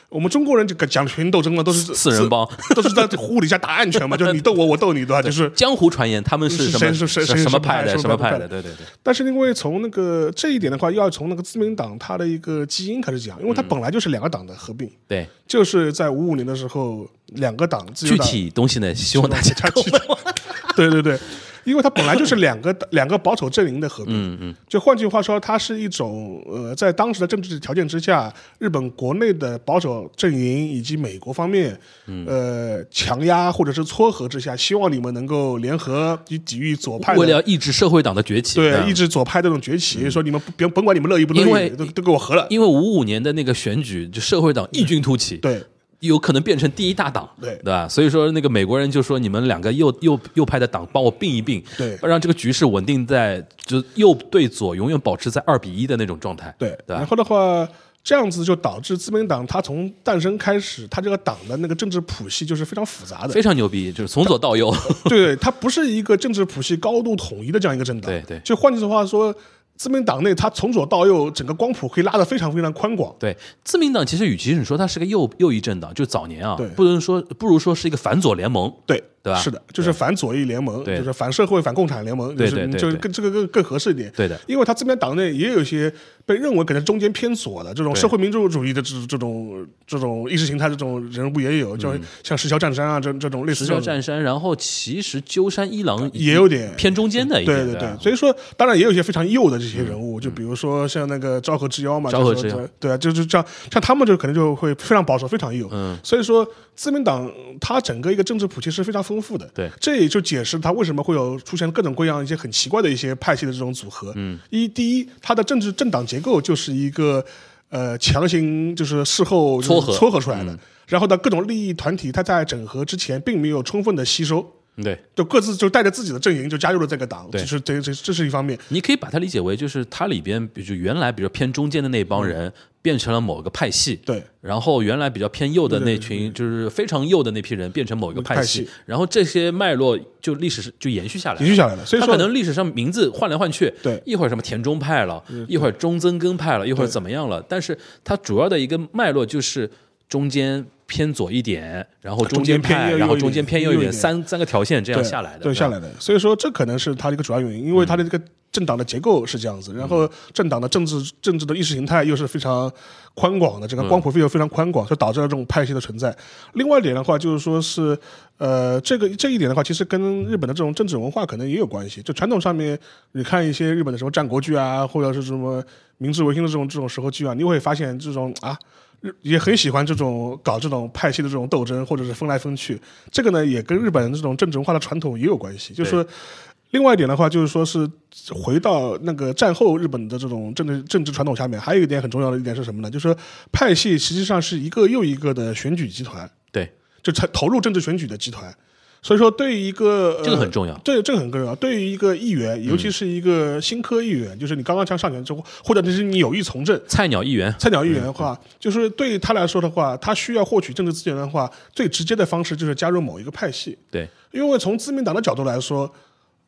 S4: 我们中国人就讲群斗争嘛，都是
S2: 四人帮，
S4: 都是在屋底下打暗拳嘛，就是你斗我，我斗你， 对吧？就是
S2: 江湖传言他们是什么
S4: 谁是谁谁
S2: 什
S4: 是
S2: 么
S4: 什么派
S2: 的
S4: 什么
S2: 什么
S4: 派
S2: 派
S4: 的
S2: 对对对，
S4: 但是因为从那个这一点的话，要从那个自民党它的一个基因开始讲，因为
S2: 嗯
S4: 它本来就是两个党的合并，
S2: 对
S4: 就是在五五年的时候，两个党自由
S2: 具
S4: 党
S2: 体东西呢，希望大家
S4: 他去， 对对对，因为它本来就是两 个两个保守阵营的合并，嗯嗯，就换句话说，它是一种呃，在当时的政治条件之下，日本国内的保守阵营以及美国方面，
S2: 嗯
S4: 呃，强压或者是撮合之下，希望你们能够联合以抵御左派的
S2: 为了要抑制社会党的崛起，
S4: 对
S2: 嗯
S4: 抑制左派这种崛起，说你们不别甭管你们乐意不
S2: 因
S4: 乐
S2: 为
S4: 意，都都给我合了，
S2: 因为五五年的那个选举，就社会党异军突起，，
S4: 对。
S2: 有可能变成第一大党，
S4: 对
S2: 对吧？所以说那个美国人就说你们两个右右右派的党帮我并一并，
S4: 对
S2: 让这个局势稳定在就右对左永远保持在二比一的那种状态，
S4: 对，
S2: 对啊
S4: 然
S2: 吧？
S4: 后的话，这样子就导致自民党它从诞生开始，它这个党的那个政治谱系就是非常复杂的
S2: 非，常牛逼，就是从左到右，
S4: 对，它不是一个政治谱系高度统一的这样一个政党。
S2: 对对
S4: 就换句话说，自民党内它从左到右整个光谱可以拉得非常非常宽广。
S2: 对，自民党其实与其你说它是个右右翼政党，就早年啊
S4: 对，
S2: 不能说不如说是一个反左联盟，
S4: 对
S2: 对吧
S4: 是的，就是反左翼联盟，
S2: 对
S4: 就是反社会、反共产联盟，
S2: 对
S4: 就是
S2: 对对
S4: 就是
S2: 对
S4: 更这个更更合适一点。
S2: 对的
S4: 因为它这边党内也有一些被认为可能中间偏左的这种社会民主主义的这这种这种意识形态，这种人物也有，就
S2: 嗯
S4: 像石桥占山啊，这这种类似
S2: 石
S4: 这
S2: 桥
S4: 种
S2: 占山，然后其实鸠山一郎
S4: 也有点
S2: 偏中间的一点，啊
S4: 对对
S2: 吧
S4: 所以说当然也有一些非常右的这些人物，就比如说像那个昭和之妖嘛，
S2: 昭和
S4: 就
S2: 之
S4: 是
S2: 妖
S4: 说对啊，就是这样，像他们就可能就会非常保守，非常右。嗯，所以说自民党它整个一个政治谱系是非常丰富的。
S2: 对
S4: 这也就解释它为什么会有出现各种各样一些很奇怪的一些派系的这种组合。嗯，一第一，它的政治政党结构就是一个呃强行就是事后就是
S2: 撮合嗯
S4: 撮合出来的。然后呢，各种利益团体，它在整合之前并没有充分的吸收，
S2: 对。
S4: 就各自就带着自己的阵营就加入了这个党，
S2: 对
S4: 就是这这这是一方面。
S2: 你可以把它理解为，就是它里边，比如原来比较偏中间的那帮
S4: 嗯
S2: 人，变成了某个派系，
S4: 对
S2: 然后原来比较偏右的那群，就是非常右的那批人，变成某一个派
S4: 嗯派
S2: 系
S4: 系，
S2: 然后这些脉络就历史是就延续下来了，
S4: 延续下来了所以说
S2: 它可能历史上名字换来换去，
S4: 对嗯
S2: 一会儿什么田中派了，一会儿中曾根派了，一会儿怎么样了，但是它主要的一个脉络就是中间。偏左一点，然后中
S4: 中间
S2: 间
S4: 偏
S2: 派，
S4: 右
S2: 然后
S4: 一点
S2: 中间偏右
S4: 右一
S2: 点，
S4: 点
S2: 三三个条线这样
S4: 对
S2: 下来的，
S4: 对下
S2: 吧嗯
S4: 来的。所以说这可能是它的一个主要原因，因为它的这个政党的结构是这样子，然后政党的政治政治的意识形态又是非常宽广的，整
S2: 嗯
S4: 个光谱又非常宽广，就导致了这种派系的存在。另外一点的话，就是说是呃，这个这一点的话，其实跟日本的这种政治文化可能也有关系。就传统上面，你看一些日本的什么战国剧啊，或者是什么明治维新的这种这种时候剧啊，你会发现这种啊。日也很喜欢这种搞这种派系的这种斗争，或者是分来分去。这个呢，也跟日本人这种政治文化的传统也有关系。就是说，另外一点的话，就是说是回到那个战后日本的这种政治政治传统下面，还有一点很重要的一点是什么呢？就是说派系实际上是一个又一个的选举集团，
S2: 对，
S4: 就投投入政治选举的集团。所以说，对于一个、呃、
S2: 这个很重要嗯
S4: 对，这个很重要。对于一个议员，尤其是一个新科议员，就是你刚刚刚上选之后，或者就是你有意从政，
S2: 菜鸟议员，
S4: 菜鸟议员的话，就是对于他来说的话，他需要获取政治资源的话，最直接的方式就是加入某一个派系。
S2: 对，
S4: 因为从自民党的角度来说，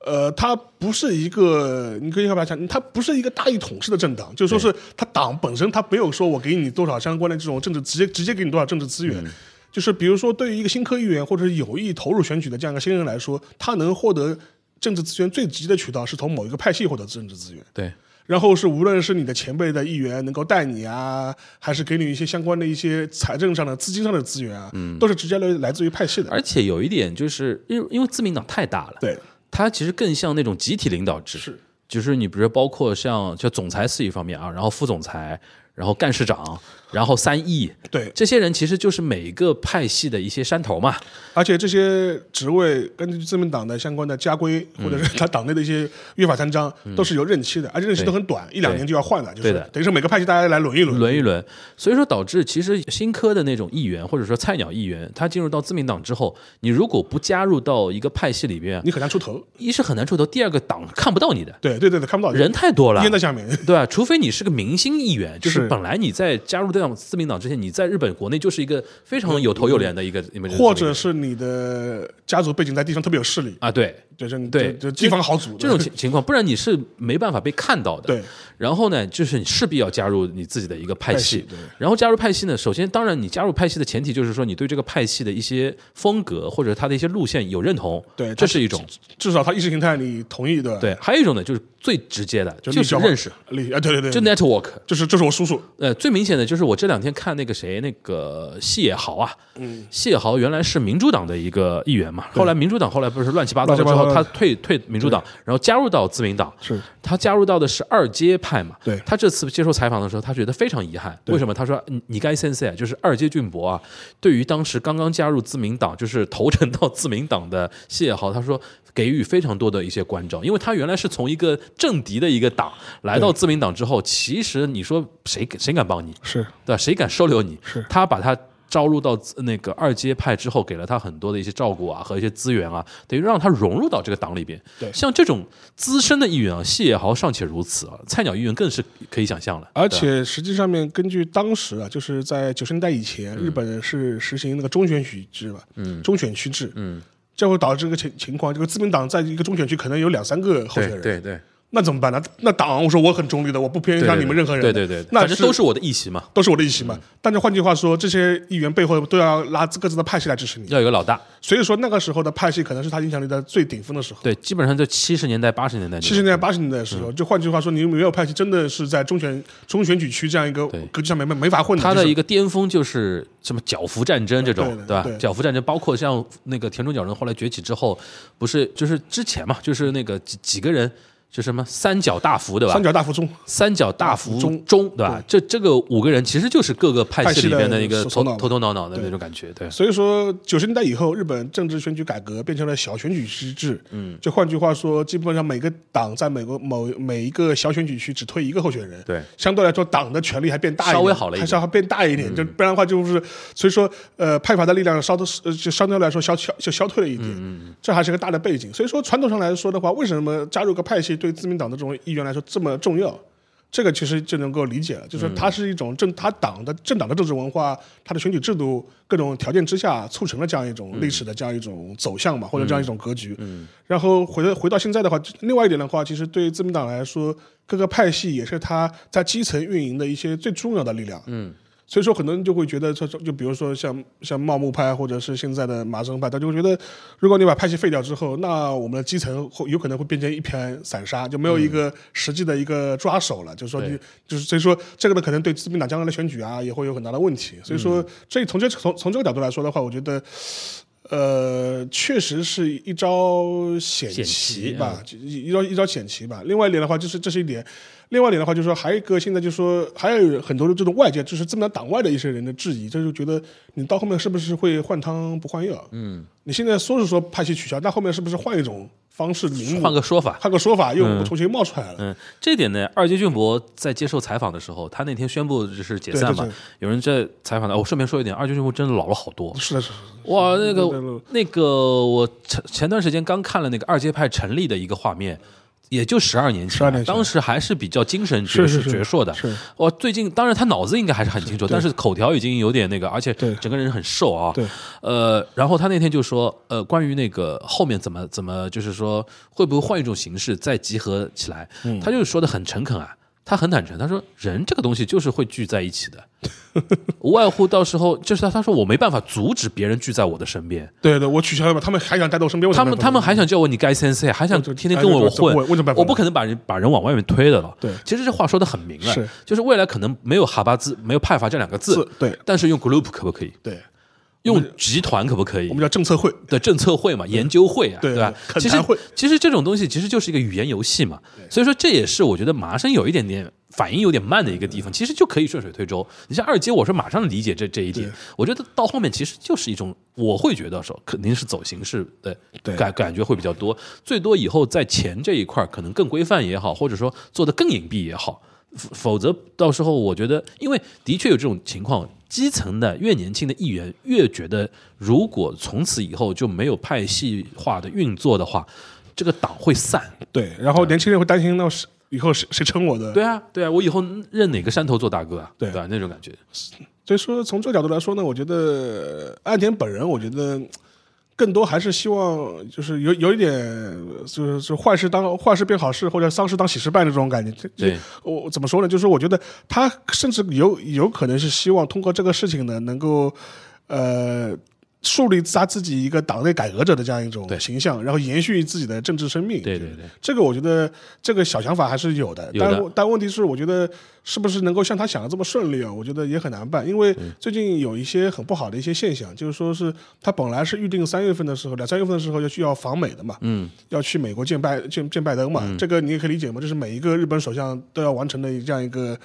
S4: 呃，它不是一个，你可以要不要讲，它不是一个大一统式的政党，就是说是它党本身它没有说我给你多少相关的这种政治，直接直接给你多少政治资源。就是比如说，对于一个新科议员或者是有意投入选举的这样一个新人来说，他能获得政治资源最直接的渠道是从某一个派系获得政治资源。
S2: 对，
S4: 然后是无论是你的前辈的议员能够带你啊，还是给你一些相关的一些财政上的、资金上的资源啊，
S2: 嗯
S4: 都是直接来来自于派系的。
S2: 而且有一点就是，因为因为自民党太大了，，
S4: 对，
S2: 它其实更像那种集体领导制，
S4: 是，
S2: 就是你比如说包括像就总裁是一方面啊，然后副总裁，然后干事长，然后三亿，
S4: 对，
S2: 这些人其实就是每一个派系的一些山头嘛，
S4: 而且这些职位根据自民党的相关的家规，或者是
S2: 嗯
S4: 他党内的一些约法三章，都是有任期的，而且任期都很短，一两年就要换了，就是
S2: 对的
S4: 等于是每个派系大家来轮一轮。
S2: 轮一轮，所以说导致其实新科的那种议员或者说菜鸟议员，他进入到自民党之后，你如果不加入到一个派系里边，
S4: 你很难出头，
S2: 一是很难出头，第二个党看不到你的
S4: 对对对对，看不到
S2: 人太多了，啊
S4: 淹在下面，
S2: 对吧？除非你是个明星议员，就是
S4: 是
S2: 本来你在加入这在讲自民党之前，你在日本国内就是一个非常有头有脸的一个，你们
S4: 嗯或者是你的家族背景在地上特别有势力，
S2: 啊，对，
S4: 就是你
S2: 对
S4: 就就地方豪族
S2: 这种情情况，不然你是没办法被看到的。
S4: 对，
S2: 然后呢，就是你势必要加入你自己的一个派系。
S4: 派系对
S2: 然后加入派系呢，首先当然你加入派系的前提就是说你对这个派系的一些风格或者它的一些路线有认同。
S4: 对
S2: 这是一种。
S4: 至少他意识形态你同意对吧？
S2: 对，，还有一种呢，就是最直接的，
S4: 嗯就
S2: 就
S4: 立
S2: 是
S4: 交换
S2: 认识，
S4: 立啊，对对对，
S2: 就 network。
S4: 就是这是我叔叔，
S2: 呃，最明显的就是我这两天看那个谁，那个谢野豪啊，嗯，谢野豪原来是民主党的一个议员嘛，后来民主党后来不是乱七八糟了
S4: 乱
S2: 之
S4: 七八糟
S2: 后，他
S4: 了
S2: 退退民主党，然后加入到自民党，
S4: 是
S2: 他加入到的是二阶派嘛，
S4: 对
S2: 他这次接受采访的时候，他觉得非常遗憾，为什么？他说你你该先生就是二阶俊博啊，对于当时刚刚加入自民党，就是投诚到自民党的谢野豪，他说给予非常多的一些关照，因为他原来是从一个政敌的一个党来到自民党之后，其实你说谁谁敢帮你？
S4: 是
S2: 对吧？谁敢收留你？
S4: 是
S2: 他把他招入到呃那个二阶派之后，给了他很多的一些照顾啊和一些资源啊，等于让他融入到这个党里边。
S4: 对
S2: 像这种资深的议员啊，谢野豪尚且如此啊，菜鸟议员更是可以想象了。
S4: 而
S2: 对吧
S4: 且实际上面，根据当时啊，就是在九十年代以前，日本人是实行那个中选区制嘛，嗯，中选区制，嗯，这会导致这个情情况，这个自民党在一个中选区可能有两三个候选人，
S2: 对对
S4: 那怎么办呢？那党我说我很中立的，我不偏
S2: 对，
S4: 向你们任何人的，
S2: 对对对，对
S4: 那
S2: 反正都是我的议席嘛，
S4: 都嗯是我的一席嘛。但是换句话说，这些议员背后都要拉各自的派系来支持你，
S2: 要有个老大。
S4: 所以说那个时候的派系可能是他影响力的最顶峰的时候。
S2: 对，基本上在七十年代、八十年代那种，
S4: 七十年代、八十年代的时候，就换句话说，你没有派系，真的是在中选中选举区这样一个
S2: 对
S4: 格局上面没没法混的。
S2: 他
S4: 就
S2: 的
S4: 是
S2: 一个巅峰就是什么角服战争这种，
S4: 对的
S2: 吧
S4: 对？
S2: 角服战争包括像那个田中角荣后来崛起之后，不是就是之前嘛，就是那个几几个人，就什么三角大服对吧？
S4: 三角大服中，
S2: 三角大服
S4: 中
S2: 中，对吧？这这个五个人其实就是各个派
S4: 派
S2: 系
S4: 系
S2: 里
S4: 的
S2: 面的一个
S4: 首头
S2: 头
S4: 脑嘛
S2: 头头脑脑的那种感觉，对
S4: 所以说，九十年代以后，日本政治选举改革变成了小选举区制。嗯，就换句话说，基本上每个党在美国某每一个小选举区只推一个候选人。
S2: 对，
S4: 相对来说，党的权力还变大一点，
S2: 稍微好了一点嗯
S4: 还稍微变大一点。就不然的话，就是所以说，呃，派阀的力量稍的呃就相对来说消消就消退了一点。嗯这还是个大的背景。所以说，传统上来说的话，为什么加入个派系对自民党的这种议员来说这么重要？这个其实就能够理解了，就是它是一种政，它党的政党的政治文化，它的选举制度各种条件之下，促成了这样一种历史的这样一种走向嘛，或者这样一种格局。
S2: 嗯
S4: 然后回到回到现在的话，另外一点的话，其实对于自民党来说，各个派系也是它在基层运营的一些最重要的力量。嗯。所以说，很多人就会觉得，就就比如说像像茂木派，或者是现在的麻生派，他就会觉得，如果你把派系废掉之后，那我们的基层会有可能会变成一片散沙，就没有一个实际的一个抓手了。就是说你，就是所以说，这个呢，可能对自民党将来的选举啊，也会有很大的问题。所以说，这从这从从这个角度来说的话，我觉得，呃，确实是一招险
S2: 险棋嗯
S4: 棋吧，就一一招一招险棋吧。另外一点的话，就是这是一点。另外一点的话，就是说还有一个现在就是说还有很多的这种外界，就是自民党党外的一些人的质疑，就是觉得你到后面是不是会换汤不换药？嗯，你现在说是说派系取消，但后面是不是换一种方式名目，
S2: 换个说法，
S4: 换个说法又重新冒出来了？
S2: 嗯，这点呢，二阶俊博在接受采访的时候，他那天宣布就是解散嘛
S4: 对对对。
S2: 有人在采访他，我、顺便说一点，二阶俊博真的老了好多。
S4: 是的，是的，
S2: 哇，
S4: 对
S2: 那
S4: 对
S2: 个那个，我前前段时间刚看了那个二阶派成立的一个画面，也就十二年前啊，
S4: 12年前
S2: 当时还是比较精神矍铄
S4: 是是
S2: 矍铄的。
S4: 是
S2: 哇，最近当然他脑子应该还是很清楚，但是口条已经有点那个，而且
S4: 对
S2: 整个人很瘦啊。
S4: 对，
S2: 呃，然后他那天就说，呃，关于那个后面怎么怎么，就是说会不会换一种形式再集合起来，
S4: 嗯
S2: 他就说的很诚恳啊。他很坦诚，他说人这个东西就是会聚在一起 的，无外乎到时候就是他他说我没办法阻止别人聚在我的身边，
S4: 对对，我取消了吧，他们还想带到我身边，我怎
S2: 他
S4: 么
S2: 们他们还想叫我你该 sensei，还想
S4: 就
S2: 天天跟我
S4: 哎
S2: 我
S4: 对对
S2: 混，
S4: 我我怎么办
S2: 我不可能把人把人往外面推的了。
S4: 对
S2: 其实这话说的很明了
S4: 是，
S2: 就是未来可能没有哈巴兹，没有派阀这两个字
S4: 字，对
S2: 但是用 group 可不可以？
S4: 对，
S2: 用集团可不可以
S4: 我？们叫政策会，
S2: 的政策会嘛，研究会啊，
S4: 对
S2: 吧？
S4: 恳
S2: 其实
S4: 谈会
S2: 其实这种东西其实就是一个语言游戏嘛，所以说这也是我觉得麻生有一点点反应有点慢的一个地方，其实就可以顺水推舟。你像二阶，我是马上理解这这一点
S4: 对，
S2: 我觉得到后面其实就是一种，我会觉得说肯定是走形式的
S4: 对
S2: 感感觉会比较多，最多以后在钱这一块儿可能更规范也好，或者说做的更隐蔽也好。否否则，到时候我觉得，因为的确有这种情况，基层的越年轻的议员越觉得，如果从此以后就没有派系化的运作的话，这个党会散。
S4: 对，然后年轻人会担心，那是以后谁谁称我的？
S2: 对啊，对啊，我以后认哪个山头做大哥啊？
S4: 对
S2: 吧？那种感觉，
S4: 所以说，从这个角度来说呢，我觉得呃岸田本人，我觉得更多还是希望就是有有一点，呃就是就是坏事当坏事变好事，或者丧事当喜事办的这种感觉。这
S2: 对，
S4: 我我怎么说呢？就是我觉得他甚至有有可能是希望通过这个事情呢，能够呃树立他自己一个党内改革者的这样一种
S2: 对
S4: 形象，然后延续自己的政治生命。
S2: 对对对，
S4: 这个我觉得这个小想法还是有的，
S2: 嗯有的
S4: 但但问题是，我觉得是不是能够像他想的这么顺利啊？我觉得也很难办，因为
S2: 嗯
S4: 最近有一些很不好的一些现象，就是说是他本来是预定三月份的时候，两三月份的时候要去要访美的嘛，
S2: 嗯，
S4: 要去美国见拜见见拜登嘛，这个你也可以理解嘛，这是每一个日本首相都要完成的这样一个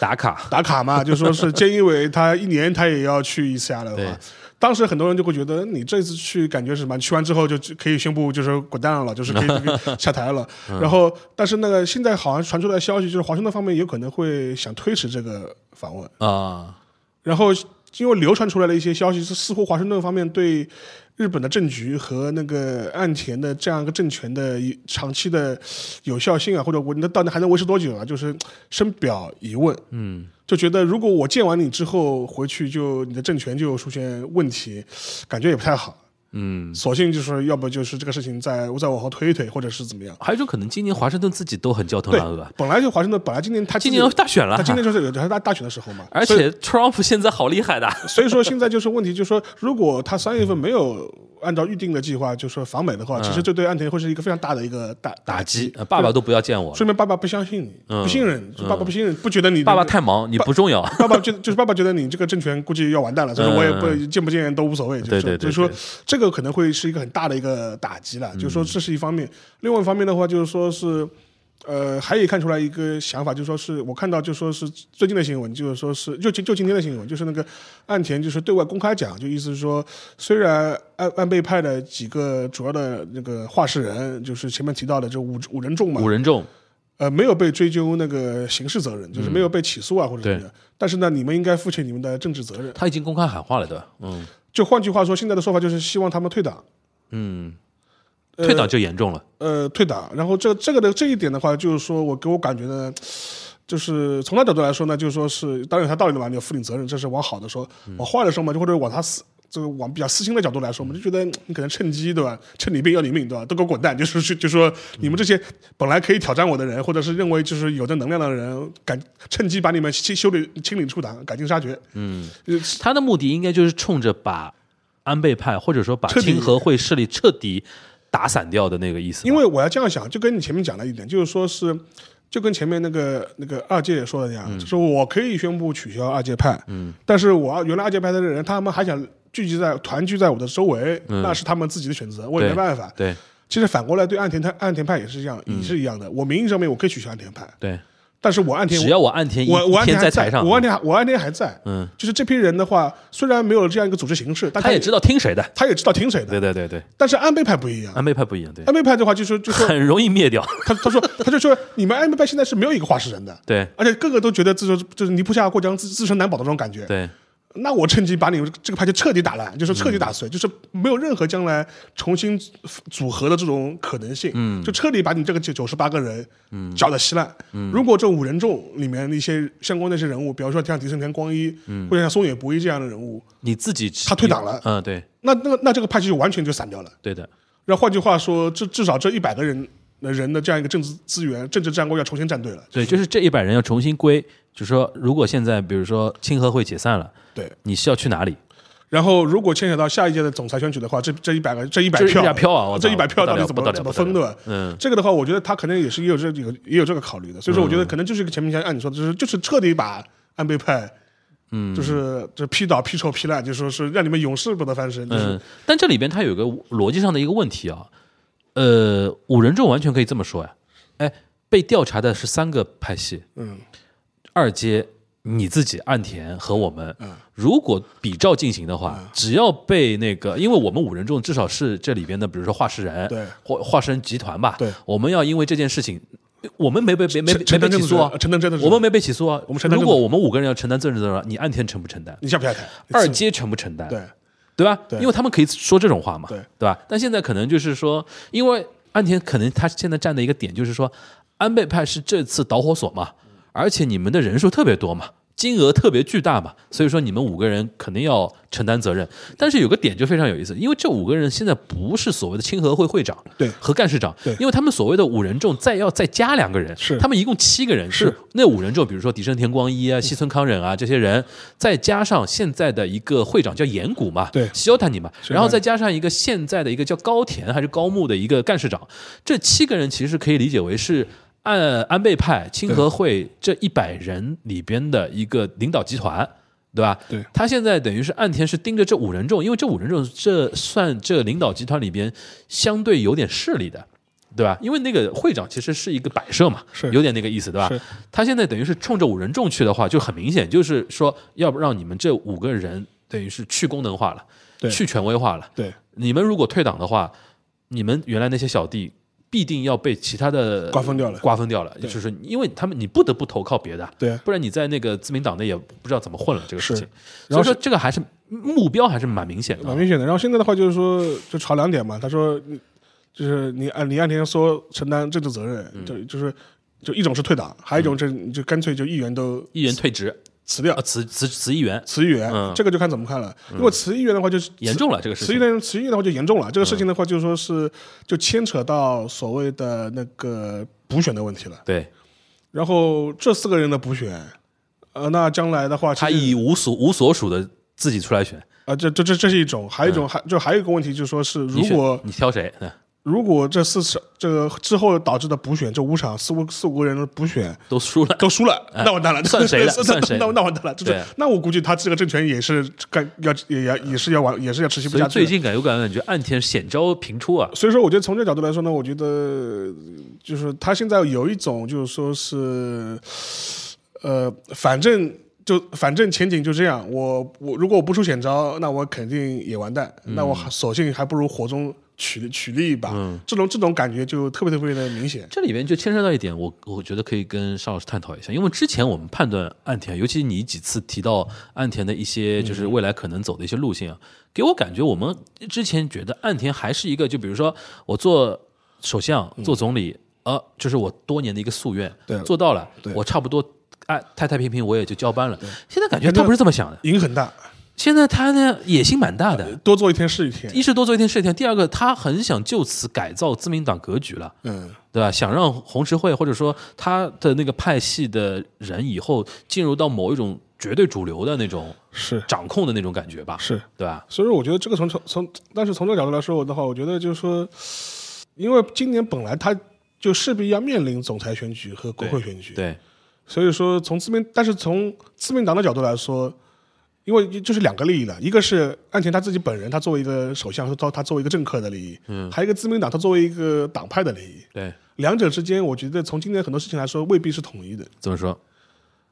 S2: 打卡，
S4: 打卡嘛，就说是菅义伟他一年他也要去一次亚的
S2: 对
S4: 话，当时很多人就会觉得哎你这次去感觉是什么？你去完之后就就可以宣布就是滚蛋了，就是可以可以下台了。然后，但是那个现在好像传出来消息，就是华盛顿方面有可能会想推迟这个访问。
S2: 啊，
S4: 然后，因为流传出来的一些消息是，似乎华盛顿方面对日本的政局和那个岸田的这样一个政权的一长期的有效性啊，或者我那到底还能维持多久啊，就是深表疑问。
S2: 嗯，
S4: 就觉得如果我见完你之后回去就你的政权就出现问题，感觉也不太好。
S2: 嗯，
S4: 索性就是要不就是这个事情再再往后推一推，或者是怎么样。
S2: 还有一种可能，今年华盛顿自己都很焦头
S4: 对
S2: 烂额，，
S4: 本来就华盛顿本来今年他自
S2: 今
S4: 己
S2: 年要大选了，
S4: 他今年就是有他大大选的时候嘛，
S2: 而
S4: 所以
S2: 且 Trump 现在好厉害的，
S4: 所以说现在就是问题，就是说如果他三月份没有按照预定的计划，就是说访美的话，其实这对岸田会是一个非常大的一个打
S2: 嗯打击，呃
S4: 对吧
S2: 爸爸都不要见我了，
S4: 说明爸爸不相信你，不信任，就爸爸不信任，不觉得你
S2: 嗯爸爸太忙，你不 重要，
S4: 爸爸觉得就是爸爸觉得你这个政权估计要完蛋了，所以说我也不
S2: 嗯
S4: 见不见都无所谓，就是
S2: 对
S4: 说
S2: 对对
S4: 所以
S2: 对
S4: 说
S2: 嗯
S4: 这个可能会是一个很大的一个打击了，就是说这是一方面，另外一方面的话就是说是。呃，还也看出来一个想法，就是说是我看到，就说是最近的新闻，就是说是就就就今天的新闻，就是那个岸田就是对外公开讲，就意思是说，虽然岸岸贝派的几个主要的那个话事人，就是前面提到的这五五人众嘛，
S2: 五人众，
S4: 呃，没有被追究那个刑事责任，就是没有被起诉啊、或者什么的。但是呢，你们应该负起你们的政治责任。
S2: 他已经公开喊话了，对
S4: 呃
S2: 吧？嗯
S4: 就换句话说，现在的说法就是希望他们退党，
S2: 嗯，退党就严重了，
S4: 呃，退党。然后这这个的这一点的话，就是说我给我感觉呢，就是从他角度来说呢，就是说是当然有他道理的嘛，你要负你责任，这是往好的说，往坏的说嘛，就或者往他私。这个往比较私心的角度来说，我们就觉得嗯你可能趁机对吧？趁你病要你命对吧？都给我滚蛋！ 就是就就说你们这些本来可以挑战我的人，或者是认为就是有这能量的人，赶趁机把你们清修理清理出党，赶尽杀绝。嗯，
S2: 他的目的应该就是冲着把安倍派或者说把
S4: 彻底
S2: 亲和会势力彻底打散掉的那个意思吧，
S4: 因为我要这样想，就跟你前面讲的一点，就是说是，就跟前面那个那个二届说的那样，
S2: 嗯
S4: 就是我可以宣布取消二届派，嗯，但是我原来二届派的人，他们还想聚集在团聚在我的周围，那是他们自己的选择，我也
S2: 嗯对
S4: 没办法。
S2: 对
S4: 其实反过来对岸田派岸田派也是一样，
S2: 嗯
S4: 也是一样的。我名义上面我可以取消岸田派，
S2: 对，
S4: 但是我岸田
S2: 只要我岸田一
S4: 我我
S2: 一
S4: 岸
S2: 天
S4: 田还
S2: 台上，
S4: 我岸田还我岸田还在，
S2: 嗯，
S4: 就是这批人的话，虽然没有这样一个组织形式，但
S2: 他也知
S4: 道
S2: 道听谁的，
S4: 他也知道听谁
S2: 对
S4: 的，
S2: 对对对，
S4: 但是安倍派不一样。
S2: 安倍派不一样，对，
S4: 安倍派的话，就说就说
S2: 很容易灭掉，
S4: 他他说他就说你们安倍派现在是没有一个话事人的，
S2: 对
S4: 而且个个都觉得自就是就是泥菩萨过江自自身难保的这种感觉。
S2: 对。
S4: 那我趁机把你们这个派就彻底打烂，就是彻底打碎，就是没有任何将来重新组组合的这种可能性。嗯，就彻底把你这个九九十八个人，嗯，搅得稀烂。嗯，如果这五人众里面的一些相关的一些人物，比方说像迪森田光一，嗯，或者像松野博一这样的人物，
S2: 你自己
S4: 他退党了
S2: 嗯，对
S4: 那那个那这个派系就完全就散掉了。
S2: 对的，
S4: 那换句话说，至至少这一百个人的人的这样一个政治资源、政治战功要重新站队了。
S2: 对，就是这一百人要重新归，就说如果现在比如说清和会解散了，
S4: 对，
S2: 你是要去哪里？
S4: 然后如果牵扯到下一届的总裁选举的话，这这一百个这一百
S2: 这
S4: 票
S2: 100票啊我
S4: 这一百
S2: 操
S4: 票
S2: 不得
S4: 到
S2: 了
S4: 底怎
S2: 不得
S4: 么
S2: 了
S4: 怎么
S2: 不得
S4: 分对吧？
S2: 嗯，
S4: 这个的话，我觉得他可能也是也有这个也有这个考虑的，所以说
S2: 嗯
S4: 我觉得可能就是一个前面像按你说的，就是就是彻底把安倍派。嗯，就是就是批倒、批臭、批烂，就是说是让你们永世不得翻身。就是、
S2: 嗯，但这里边它有个逻辑上的一个问题啊，呃，五人众完全可以这么说呀，哎，被调查的是三个派系，
S4: 嗯，
S2: 二阶你自己岸田和我们，
S4: 嗯
S2: 如果比照进行的话，只要被那个，因为我们五人众至少是这里边的，比如说化石人，
S4: 对
S2: 或化石人集团吧，
S4: 对
S2: 我们要因为这件事情。我们没被没没没
S4: 承担
S2: 被起
S4: 政治
S2: 诉啊，
S4: 承担政治
S2: 我们没被起诉啊。
S4: 我们承担政
S2: 如
S4: 治
S2: 果我们五个人要承担政治责任，你岸田承不承担？
S4: 你下不下台？
S2: 二阶承不承担？
S4: 对，
S2: 对吧？
S4: 对
S2: 因为他们可以说这种话嘛，
S4: 对
S2: 吧？但现在可能就是说，因为安田可能他现在站的一个点就是说，安倍派是这次导火索嘛，而且你们的人数特别多嘛，金额特别巨大嘛，所以说你们五个人肯定要承担责任。但是有个点就非常有意思，因为这五个人现在不是所谓的清和会会长
S4: 对
S2: 和干事长
S4: 对，
S2: 因为他们所谓的五人众再要再加两个人，
S4: 是
S2: 他们一共七个人，
S4: 是嗯
S2: 就那五人众，比如说迪生田光一啊、西村康忍啊这些人，再加上现在的一个会长叫岩谷嘛，
S4: 对
S2: 西欧坦尼嘛，
S4: 是的
S2: 然后再加上一个现在的一个叫高田还是高木的一个干事长，这七个人其实可以理解为是按安倍派清和会这一百人里边的一个领导集团。对吧？
S4: 对
S2: 他现在等于是岸田是盯着这五人众，因为这五人众这算这领导集团里边相对有点势力的，对吧？因为那个会长其实是一个摆设嘛，
S4: 是
S2: 有点那个意思，对吧
S4: 是？
S2: 他现在等于是冲着五人众去的话，就很明显，就是说要不让你们这五个人等于是去功能化了，
S4: 对
S2: 去权威化了。
S4: 对
S2: 你们如果退党的话，你们原来那些小弟必定要被其他的
S4: 瓜分掉了
S2: 瓜分掉了。就是因为他们你不得不投靠别的，啊
S4: 对
S2: 不然你在那个自民党内也不知道怎么混了这个事
S4: 是呃
S2: 情。
S4: 然
S2: 所
S4: 后
S2: 以说这个还是目标还是蛮明显的
S4: 蛮。明显的。然后现在的话就是说，就吵两点嘛。他说，嗯就是你按你按田说承担政治责任，
S2: 嗯
S4: 就就是就一种是退党，还有一种就是你就干脆就议员都
S2: 议员退职
S4: 辞掉
S2: 嗯啊，，辞辞辞议员
S4: 辞议员
S2: 嗯，
S4: 这个就看怎么看了。如果辞议员的话，就是
S2: 严重了这个事
S4: 辞议
S2: 情。嗯
S4: 员辞议员的话就严重了。这个事情的话，就是说是就牵扯到所谓的那个补选的问题了。
S2: 对
S4: 然后这四个人的补选，呃，那将来的话，其
S2: 他
S4: 实
S2: 以无所无所属的自己出来选，
S4: 啊，这这这这是一种，还有一种还就还有一个问题就是说是如
S2: 嗯你选
S4: 果
S2: 你挑谁？嗯
S4: 如果这四场这个之后导致的补选，这五场四五四五个人的补选
S2: 都输了，
S4: 都输了，那完蛋了，
S2: 哎 算谁了
S4: 那
S2: 算谁了
S4: 那那完蛋了，就是
S2: 对
S4: 那我估计他这个政权也是干要也也也是要玩，也是要持续不
S2: 所
S4: 下
S2: 以
S4: 去
S2: 最
S4: 的。
S2: 近感有感觉岸田险招频出啊。
S4: 所以说，我觉得从这角度来说呢，我觉得呃就是他现在有一种就是说是，呃，反正就反正前景就这样，我我如果我不出险招，那我肯定也完蛋，那我还索性还不如火中取取利一把，这种这种感觉就特别特别的明显。
S2: 这里边就牵涉到一点，我我觉得可以跟邵老师探讨一下，因为之前我们判断岸田，尤其你几次提到岸田的一
S4: 嗯
S2: 些就是未来可能走的一些路线啊，给我感觉我们之前觉得岸田还是一个，就比如说我做首相、做总理，呃，这是我多年的一个夙愿
S4: 嗯对，
S2: 做到了
S4: 对，
S2: 我差不多哎太太平平我也就交班了。现在感觉他不是这么想的，
S4: 瘾很大，
S2: 现在他呢野心蛮大的，
S4: 多做一天是一天。
S2: 一是多做一天是一天，第二个他很想就此改造自民党格局了。
S4: 嗯，
S2: 对吧？想让红十字会或者说他的那个派系的人以后进入到某一种绝对主流的那种
S4: 是
S2: 掌控的那种感觉吧，
S4: 是。
S2: 对吧？
S4: 所以说，我觉得这个从从从，但是从这个角度来说的话，我觉得就是说，因为今年本来他就势必要面临总裁选举和国会选举，
S2: 对，
S4: 所以说从自民，但是从自民党的角度来说，因为就是两个利益了，一个是岸田他自己本人，他作为一个首相，他他作为一个政客的利益，嗯，还有一个自民党他作为一个党派的利益，
S2: 对，
S4: 两者之间，我觉得从今年很多事情来说，未必是统一的。
S2: 怎么说？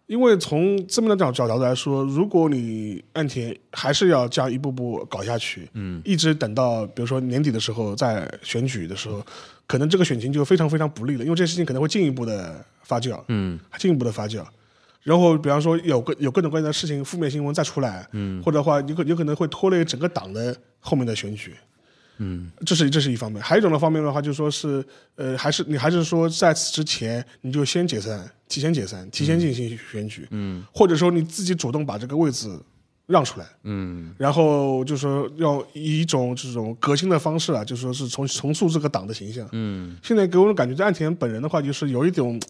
S4: 因为从这么的角角度来说，如果你岸田还是要这样一步步搞下去，嗯，一直等到比如说年底的时候，在选举的时候，可能这个选情就非常非常不利了，因为这件事情可能会进一步的发酵，嗯，进一步的发酵。然后，比方说有各有各种各样的事情，负面新闻再出来，嗯，或者的话，有可有可能会拖累整个党的后面的选举，嗯，这是这是一方面。还有一种的方面的话，就说是呃，还是你还是说在此之前你就先解散，提前解散，提前进行选举，嗯，或者说你自己主动把这个位置让出来，嗯，然后就说要以一种这种革新的方式啊，就说是重重塑这个党的形象，嗯，现在给我种感觉，岸田本人的话就是有一种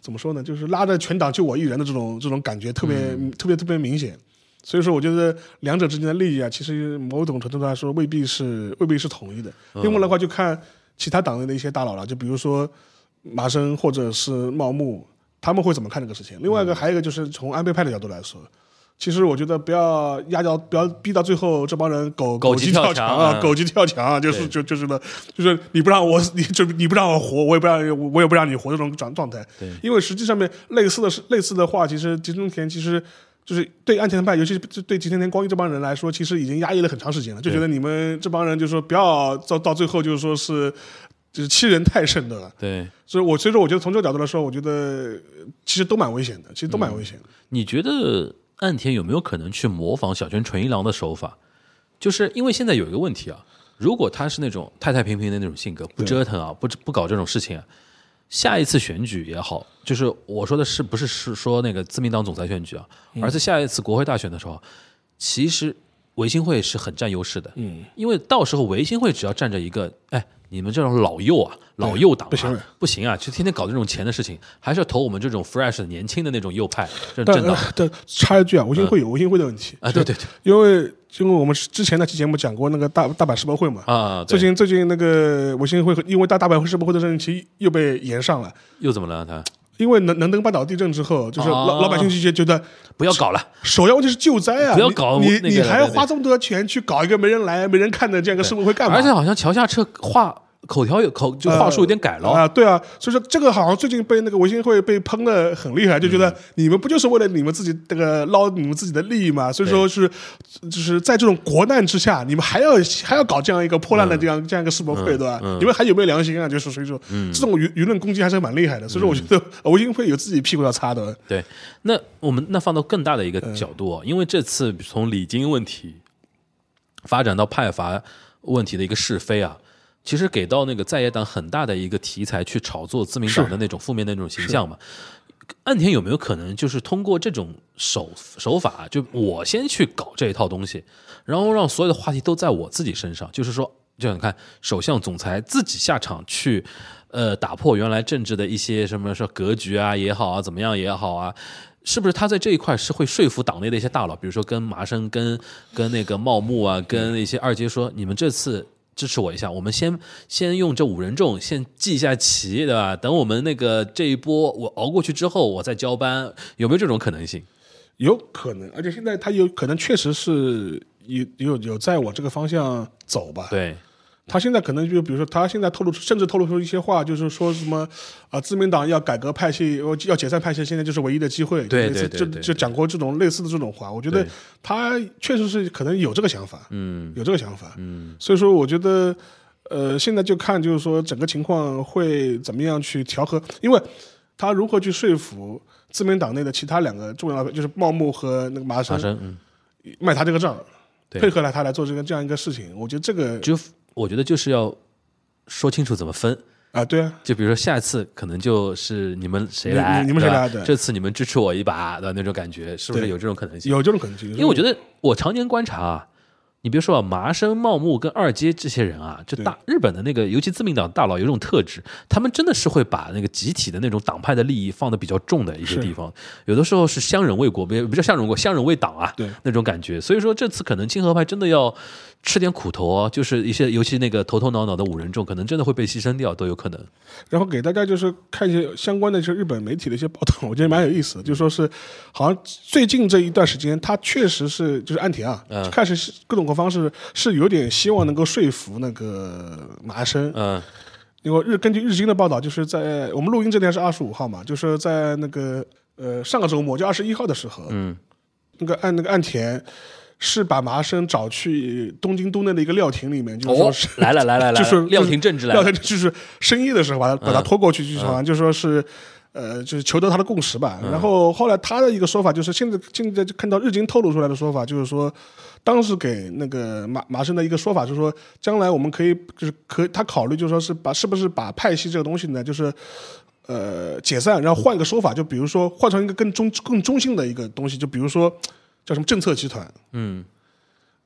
S4: 怎么说呢，就是拉着全党就我一人的这种这种感觉，特别、特别特别明显。所以说，我觉得两者之间的利益啊，其实某种程度上来说，未必是未必是统一的。另外的话，就看其他党内的一些大佬了，就比如说麻生或者是茂木，他们会怎么看这个事情。另
S2: 嗯
S4: 外一个，还有一个就是从安倍派的角度来说，其实我觉得不要压到，不要逼到最后，这帮人狗
S2: 狗急
S4: 急
S2: 跳
S4: 跳
S2: 墙
S4: 啊，
S2: 嗯
S4: 狗急跳墙啊，就是就就是呢，就是你不让我，你就你不让我活，我也不让你我也不让你活这种状状态。对，因为实际上面类似的是类似的话，其实吉中田其实。就是对安田派，尤其是对吉田田光一这帮人来说，其实已经压抑了很长时间了，就觉得你们这帮人就说不要到到最后就是说是就是欺人太甚的了。
S2: 对，
S4: 所以我所以说，我觉得从这个角度来说，我觉得呃其实都蛮危险的，其实都蛮危险的。
S2: 你觉得岸田有没有可能去模仿小泉纯一郎的手法？就是因为现在有一个问题啊，如果他是那种太太平平的那种性格，不折腾啊，不不搞这种事情啊、下一次选举也好，就是我说的是不是是说那个自民党总裁选举啊，
S4: 嗯
S2: 而是下一次国会大选的时候，其实维新会是很占优势的，嗯，因为到时候维新会只要站着一个，哎，你们这种老右啊，老右党、啊、
S4: 不行
S2: 不行啊，就天天搞这种钱的事情，还是要投我们这种 fresh 的年轻的那种右派这种
S4: 但
S2: 政党。
S4: 呃但插一句啊，维新会有维新会的问题
S2: 啊对对对，
S4: 因为因为我们之前那期节目讲过那个大大阪世博会嘛，
S2: 啊，对
S4: 最近最近那个维新会和因为大大阪世博会的任期又被延上了，
S2: 又怎么了？他
S4: 因为能能登半岛地震之后，就是老、
S2: 啊
S4: 老百姓就觉得
S2: 不要搞了，
S4: 首要问题是救灾啊，
S2: 不要搞
S4: 你
S2: 那个
S4: 你你还
S2: 对
S4: 要
S2: 对
S4: 花这么多钱去搞一个没人来没人看的这样一个世博会干嘛？
S2: 而且好像桥下彻话口条有口就话术有点改了，
S4: 啊，对啊，所以说这个好像最近被那个维新会被喷的很厉害，就觉
S2: 嗯
S4: 得你们不就是为了你们自己这个捞你们自己的利益嘛？所以说是就是在这种国难之下，你们还要还要搞这样一个破烂的
S2: 嗯
S4: 这样、这样一个世博会，对吧？你们还有没有良心啊？就是所以说，
S2: 嗯
S4: 这种舆舆论攻击还是蛮厉害的。所以说，我觉得维新会有自己屁股要擦的。
S2: 对，那我们那放到更大的一
S4: 呃
S2: 个角度哦，因为这次从礼金问题发展到派阀问题的一个是非啊，其实给到那个在野党很大的一个题材去炒作自民党的那种负面的那种形象嘛。岸田有没有可能就是通过这种手手法，就我先去搞这一套东西，然后让所有的话题都在我自己身上？就是说，就像你看，首相、总裁自己下场去，呃，打破原来政治的一些什么说格局啊也好啊，怎么样也好啊。是不是他在这一块是会说服党内的一些大佬，比如说跟麻生、跟跟那个茂木啊，跟一些二阶说，你们这次支持我一下，我们先先用这五人众先记一下棋，对吧？等我们那个这一波我熬过去之后，我再交班，有没有这种可能性？
S4: 有可能，而且现在他有可能确实是有有有在往这个方向走吧？
S2: 对，
S4: 他现在可能就比如说，他现在透露出，甚至透露出一些话，就是说什么，啊，自民党要改革派系，呃要要解散派系，现在就是唯一的机会。
S2: 对
S4: 类似
S2: 对对
S4: 就
S2: 对对
S4: 就讲过这种类似的这种话，我觉得
S2: 对
S4: 他确实是可能有这个想法，嗯，有这个想法，嗯，所以说我觉得，呃，现在就看就是说整个情况会怎么样去调和，因为他如何去说服自民党内的其他两个重要的，就是茂木和那个麻生
S2: 麻生，嗯，
S4: 卖他这个账，
S2: 对
S4: 配合了他来做这个这样一个事情，我觉得这个
S2: 就我觉得就是要说清楚怎么分。
S4: 啊，对啊。
S2: 就比如说下一次可能就是你们谁
S4: 你
S2: 来，
S4: 你你们
S2: 对
S4: 谁
S2: 吧
S4: 来对
S2: 这次你们支持我一把的那种感觉，是不是
S4: 对
S2: 有这种可能性？
S4: 有这种可能性，
S2: 因为我觉得我常年观察啊，你别说啊，麻生、茂木跟二阶这些人啊，就大日本的那个，尤其自民党大佬有一种特质，他们真的是会把那个集体的那种党派的利益放的比较重的一些地方，有的时候是相忍为国，不不叫相忍为国，相忍为党啊，
S4: 对
S2: 那种感觉。所以说这次可能亲和派真的要吃点苦头啊，就是一些尤其那个头头脑脑的五人众，可能真的会被牺牲掉，都有可能。
S4: 然后给大家就是看一些相关的，就是日本媒体的一些报道，我觉得蛮有意思的。就说是好像最近这一段时间，他确实是就是岸田啊，
S2: 嗯
S4: 开始是各种各方式是有点希望能够说服那个麻生。
S2: 嗯，
S4: 因为日根据日经的报道，就是在我们录音这天是二十五号嘛，就是在那个呃上个周末就二十一号的时候，嗯，那个岸那个岸田是把麻生找去东京都内的一个料亭里面，就是说
S2: 哦
S4: 是，
S2: 来了来了来了，
S4: 就是
S2: 廖廷政治来
S4: 廖
S2: 了
S4: 廷，就是深夜的时候把他
S2: 嗯
S4: 把他拖过去，就是好像就说是。呃，就是求得他的共识吧。
S2: 嗯
S4: 然后后来他的一个说法就是，现在现在就看到日经透露出来的说法，就是说，当时给那个马马生的一个说法，就是说，将来我们可以就是可他考虑，就是说是把是不是把派系这个东西呢，就是呃解散，然后换一个说法，就比如说换成一个更中更中性的一个东西，就比如说叫什么政策集团，嗯。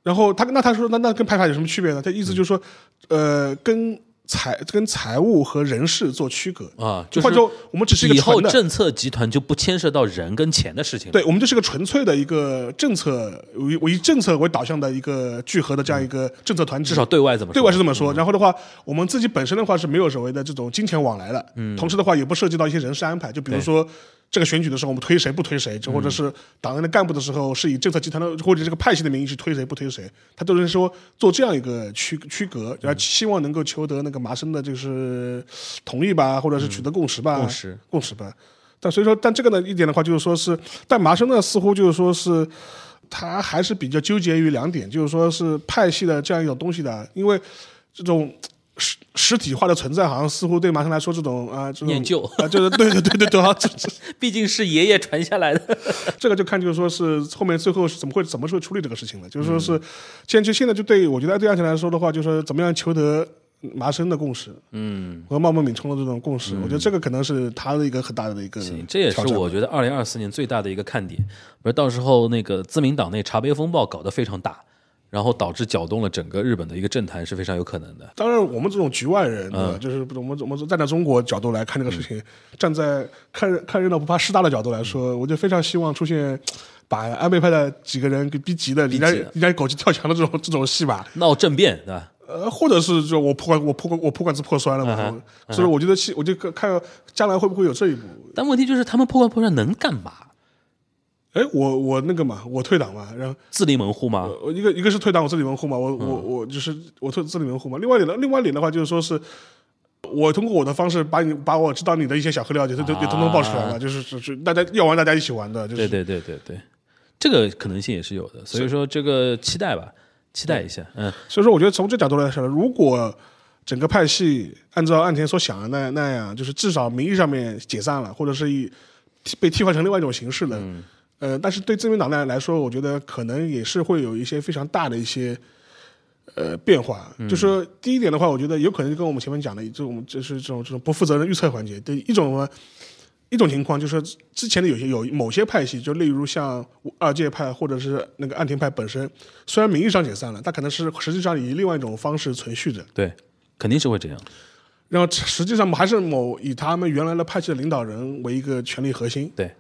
S4: 然后他跟那他说那那跟派阀有什么区别呢？他意思就是说，
S2: 嗯
S4: 呃，跟财跟财务和人事做区隔
S2: 啊
S4: 就
S2: 就是
S4: 换句话说我们只是一个
S2: 以后
S4: 纯的，
S2: 政策集团就不牵涉到人跟钱的事情了。
S4: 对我们就是一个纯粹的一个政策为为政策为导向的一个聚合的这样一个政策团体，
S2: 至少对外怎么说？嗯
S4: 对外是这么说。然后的话，我们自己本身的话是没有所谓的这种金钱往来的，
S2: 嗯
S4: 同时的话也不涉及到一些人事安排，就比如说。这个选举的时候，我们推谁不推谁，就
S2: 嗯
S4: 或者是党内的干部的时候，是以政策集团的或者这个派系的名义去推谁不推谁，他都是说做这样一个区区隔，
S2: 嗯
S4: 然后希望能够求得那个麻生的就是同意吧，或者是取得共识吧，
S2: 嗯共识
S4: 共识吧。但所以说，但这个呢一点的话，就是说是，但麻生呢似乎就是说是，他还是比较纠结于两点，就是说是派系的这样一种东西的，因为这种实实体化的存在，好像似乎对麻生来说，这种啊、这种
S2: 念旧
S4: 啊、就是 对对对对对，好像这这
S2: 毕竟是爷爷传下来 的。
S4: 这个就看就是说是后面最后是怎么会怎么会处理这个事情了，就是说是，现在就现在就对我觉得对安田来说的话，就是说怎么样求得。麻生的共识，嗯，和茂木敏充的这种共
S2: 嗯
S4: 识，我觉得这个可能是他的一个很大的一个挑
S2: 行
S4: 战，
S2: 这也是我觉得二零二四年最大的一个看点。不是到时候那个自民党内茶杯风暴搞得非常大，然后导致搅动了整个日本的一个政坛是非常有可能的。
S4: 当然，我们这种局外人，对吧就是我们我们站在中国角度来看这个事情，站在看热看热闹不怕事大的角度来说，我就非常希望出现把安倍派的几个人给逼急的，人家人家狗急跳墙的这种 这种戏吧。
S2: 闹政变，对吧？
S4: 呃，或者是就我破罐我破罐我破罐子破摔了嘛，所以我觉得戏我就看将来会不会有这一步。
S2: 但问题就是他们破罐破摔能干嘛？
S4: 哎，我我那个嘛，我退党嘛，然后
S2: 自立门户吗？
S4: 我呃一个一个是退党我自己门户嘛，我我我就是我退自己门户嘛。另外一点的另外一点的话就是说是。我通过我的方式把你把我知道你的一些小黑料也都都也通通爆出来了，就是就是大家要玩大家一起玩的，就是
S2: 对对对对对，这个可能性也是有的。所以说这个期待吧，期待一下。嗯，
S4: 所以说我觉得从这角度来说，如果整个派系按照岸田所想的那那样，就是至少名义上面解散了，或者是以替被替换成另外一种形式了，呃，但是对自民党来来说，我觉得可能也是会有一些非常大的一些。呃，变化就说第一点的话，我觉得有可能就跟我们前面讲的，就我们就是这种这种不负责任预测环节。对一种呢一种情况，就是说之前的有些有某些派系，就例如像二阶派或者是那个岸田派本身，虽然名义上解散了，但可能是实际上以另外一种方式存续着。
S2: 对，肯定是会这样。
S4: 然后实际上还是某以他们原来的派系的领导人为一个权力核心，
S2: 对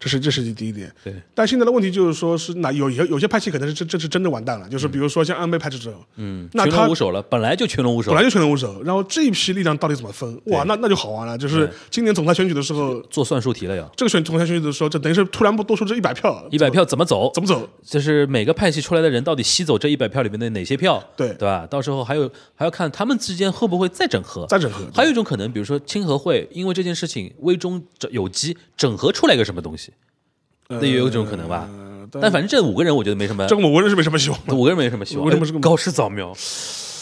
S4: 这是这是第一点。
S2: 对，
S4: 但现在的问题就是说是哪有有有些派系可能是这这是真的完蛋了，
S2: 嗯
S4: 就是比如说像安倍派这种，嗯，那
S2: 群
S4: 他
S2: 龙无首了，本来就群龙无首
S4: 本来，就全能无首，然后这一批力量到底怎么分？哇，那那就好玩了。就是今年总裁选举的时候，
S2: 做算术题了要。
S4: 这个选总裁选举的时候，就等于是突然不多出这一百票，
S2: 一百票怎么走？
S4: 怎么走？
S2: 就是每个派系出来的人到底吸走这一百票里面的哪些票？
S4: 对
S2: 对吧？到时候还有还要看他们之间会不会再整合。
S4: 再整合
S2: 还有一种可能，比如说清和会因为这件事情危中整有机，整合出来个什么东西，那也有一种可能吧。
S4: 呃
S2: 但反正这五个人，我觉得没什么，
S4: 这个我个人是没什么希望的，
S2: 五个人没什么希望。
S4: 五个人不是个
S2: 哎高市早苗，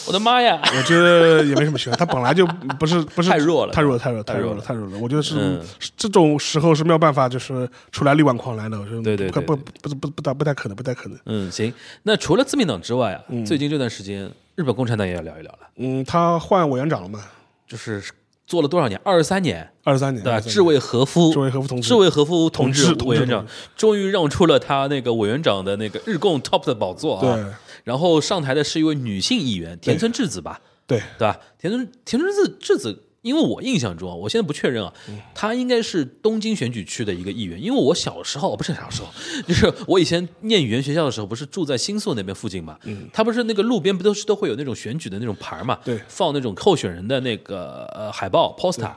S2: 我的妈呀！
S4: 我觉得也没什么希望。他本来就不是不是
S2: 太弱了
S4: 太弱了，太弱了，
S2: 太
S4: 太
S2: 弱
S4: 弱
S2: 了嗯
S4: 了，太弱了。我觉得是这种时候是没有办法，就是出来力挽狂澜的。我觉得
S2: 对对
S4: 不
S2: 对
S4: 不不不不大不太可能，不太可能。
S2: 嗯，行。那除了自民党之外啊，最近这段时间，日本共产党也要聊一聊了，
S4: 嗯，他换委员长了嘛？
S2: 就是做了多少年？二十三年。
S4: 二十三年，
S2: 对吧？啊
S4: 23年
S2: 志卫和夫，
S4: 志卫和夫同志
S2: 志卫和夫同志
S4: 同志
S2: 委员长终于让出了他那个委员长的那个日共 top 的宝座啊。
S4: 对
S2: 然后上台的是一位女性议员田村智子吧，
S4: 对，
S2: 对吧？田村田村智智子，因为我印象中啊，我现在不确认啊，
S4: 嗯
S2: 她应该是东京选举区的一个议员，因为我小时候不是小时候，就是我以前念语言学校的时候，不是住在新宿那边附近嘛，他不是那个路边不都是都会有那种选举的那种牌儿嘛，
S4: 嗯对
S2: 放那种候选人的那个呃海报 poster。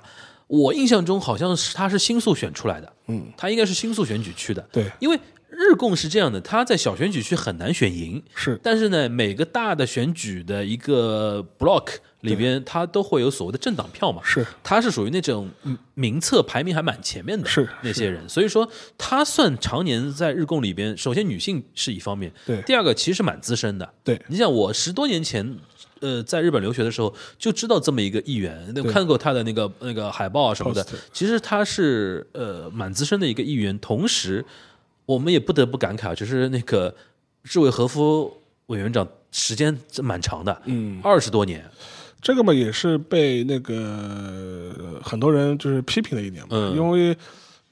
S2: 我印象中好像是他是新宿选出来的，嗯，他应该是新宿选举区的，
S4: 对
S2: 因为日共是这样的，他在小选举区很难选赢，
S4: 是
S2: 但是呢，每个大的选举的一个 block 里边，它都会有所谓的政党票嘛，
S4: 是，
S2: 他是属于那种嗯名册排名还蛮前面的，
S4: 是
S2: 那些人，所以说他算常年在日共里边，首先女性是一方面，
S4: 对
S2: 第二个其实蛮资深的，
S4: 对
S2: 你想我十多年前。呃，在日本留学的时候就知道这么一个议员，那
S4: 对
S2: 看过他的那个那个海报啊什么的
S4: Poster。
S2: 其实他是呃蛮资深的一个议员，同时我们也不得不感慨，啊就是那个志伟和夫委员长时间是蛮长的，嗯，二十多年，
S4: 这个嘛也是被那个呃很多人就是批评的一点嘛，
S2: 嗯
S4: 因为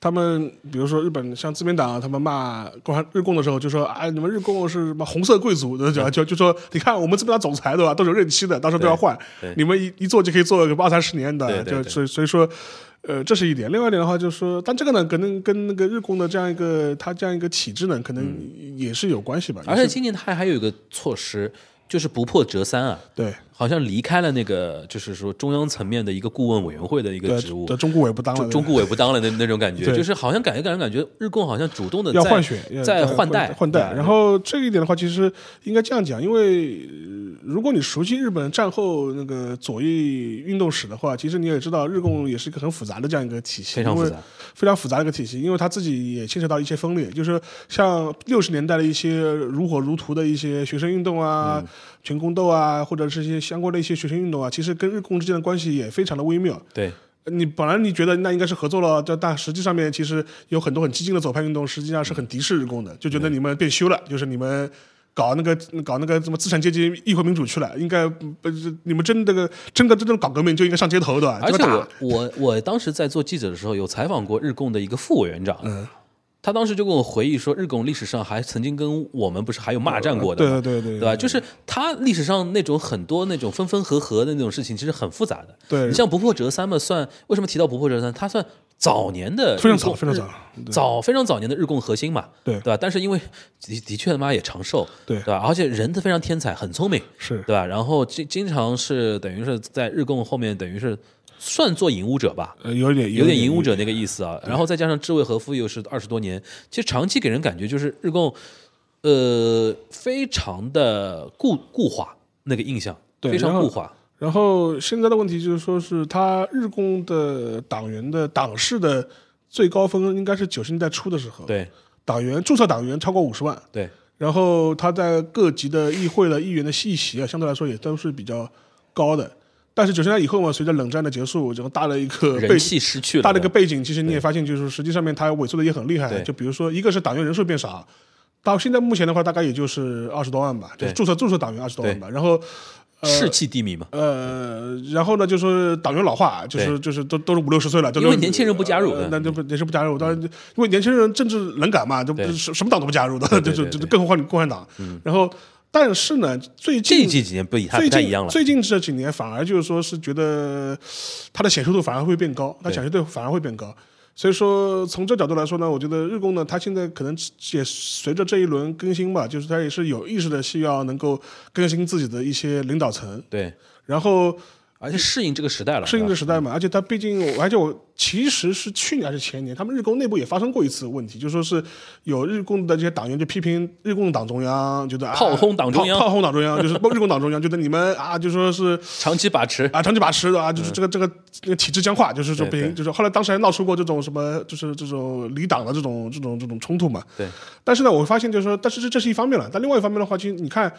S4: 他们比如说日本像自民党，啊他们骂共产日共的时候就说啊，你们日共是什么红色贵族，对吧就就就说你看我们自民党总裁对吧，都是有任期的，到时候都要换
S2: 对对，
S4: 你们一一做就可以做个二三十年的，
S2: 对对对
S4: 就所以所以说。呃，这是一点。另外一点的话，就是说，但这个呢，可能跟那个日共的这样一个它这样一个体制呢，可能也是有关系吧。
S2: 嗯而且
S4: 也是
S2: 今年他还有一个措施，就是不破折三啊，
S4: 对
S2: 好像离开了那个就是说中央层面的一个顾问委员会的一个职务
S4: 对，，中国也不当了，
S2: 中
S4: 对
S2: 中顾委不当了那那种感觉，
S4: 对
S2: 就是好像感觉感觉感觉日共好像主动的
S4: 要换血，要
S2: 呃在
S4: 换
S2: 换代
S4: 换代。然后这一点的话，其实应该这样讲，因为呃如果你熟悉日本战后那个左翼运动史的话，其实你也知道，日共也是一个很复杂的这样一个体系，
S2: 非常复杂
S4: 因为非常复杂的一个体系，因为它自己也牵扯到一些分裂，就是像六十年代的一些如火如荼的一些学生运动啊、
S2: 嗯
S4: 群工斗啊，或者是一些相关的一些学生运动啊，其实跟日共之间的关系也非常的微妙。
S2: 对
S4: 呃你本来你觉得那应该是合作了，但但实际上
S2: 嗯
S4: 面其实有很多很激进的左派运动，实际上是很敌视日共的，就觉得你们变修了，就是你们搞那个搞那个什么资产阶级议会民主去了，应该不是你们真的个真的真正搞革命就应该上街头对吧？
S2: 而
S4: 这
S2: 且
S4: 个打
S2: 我我我当时在做记者的时候，有采访过日共的一个副委员长，
S4: 嗯
S2: 他当时就跟我回忆说，日共历史上还曾经跟我们不是还有骂战过的吗，
S4: 呃对对对对
S2: 对吧？就是他历史上那种很多那种分分合合的那种事情，其实很复杂的。
S4: 对
S2: 你像不破折三嘛，算为什么提到不破折三？它算早年的
S4: 非常
S2: 日共
S4: 早非常早
S2: 日早非常早年的日共核心嘛，
S4: 对
S2: 对吧？但是因为的的确他妈也长寿，
S4: 对
S2: 对吧？而且人他非常天才，很聪明，
S4: 是
S2: 对吧？然后经经常是等于是在日共后面等于是算作引武者吧，
S4: 呃有一点
S2: 有点
S4: 影
S2: 引武者那个意思啊。然后再加上志卫和夫又是二十多年，其实长期给人感觉就是日共，呃，非常的固固化那个印象，
S4: 对
S2: 非常
S4: 然后
S2: 固化。
S4: 然后现在的问题就是说是他日共的党员的党士的最高峰应该是九十年代初的时候，，
S2: 对
S4: 党员注册党员超过五十万，
S2: 对，
S4: 然后他在各级的议会的议员的议席啊，相对来说也都是比较高的。但是九十年代以后嘛，随着冷战的结束，整个大的一个背
S2: 人气失去了，
S4: 大的一个背景，其实你也发现，就是实际上面它萎缩的也很厉害
S2: 对。
S4: 就比如说，一个是党员人数变少，到现在目前的话，大概也就是二十多万吧，就是
S2: 对
S4: 注册注册党员二十多万吧。然后
S2: 士气低迷嘛。
S4: 呃，然后呢，就是党员老化，就是
S2: 对
S4: 就是都都是五六十岁了，都
S2: 因为年轻人不加入
S4: 呃
S2: 对
S4: 那就不年轻人不加入，当然因为年轻人政治冷感嘛，就不
S2: 对
S4: 什什么党都不加入的，
S2: 对
S4: 就
S2: 对
S4: 就
S2: 对
S4: 就
S2: 对嗯
S4: 更何况你共产党。然后，但是呢，最
S2: 这
S4: 近
S2: 这几年不一还
S4: 最
S2: 不太
S4: 近
S2: 一样了，
S4: 最近这几年反而就是说是觉得它的显示度反而会变高，它
S2: 对
S4: 显示度反而会变高。所以说，从这角度来说呢，我觉得日工呢，它现在可能也随着这一轮更新吧，就是它也是有意识的，需要能够更新自己的一些领导层，
S2: 对，
S4: 然后
S2: 而且适应这个时代了，
S4: 适应
S2: 对
S4: 的
S2: 吧
S4: 时代嘛，而且它毕竟我，而且我其实是去年还是前年，他们日工内部也发生过一次问题，就说是有日共的这些党员就批评日共党中央，觉得啊
S2: 炮轰党中央
S4: 炮炮轰党中央，就是不日共党中央，觉得你们啊，就说是
S2: 长期把持，
S4: 啊长期把持的啊，就是这个这个这个体制僵化，就是说不
S2: 嗯对
S4: 行，
S2: 对
S4: 就是后来当时还闹出过这种什么，就是这种离党的这种这种这种冲突嘛。
S2: 对，
S4: 但是呢，我发现就是说，但是这这是一方面了，但另外一方面的话，其实你看，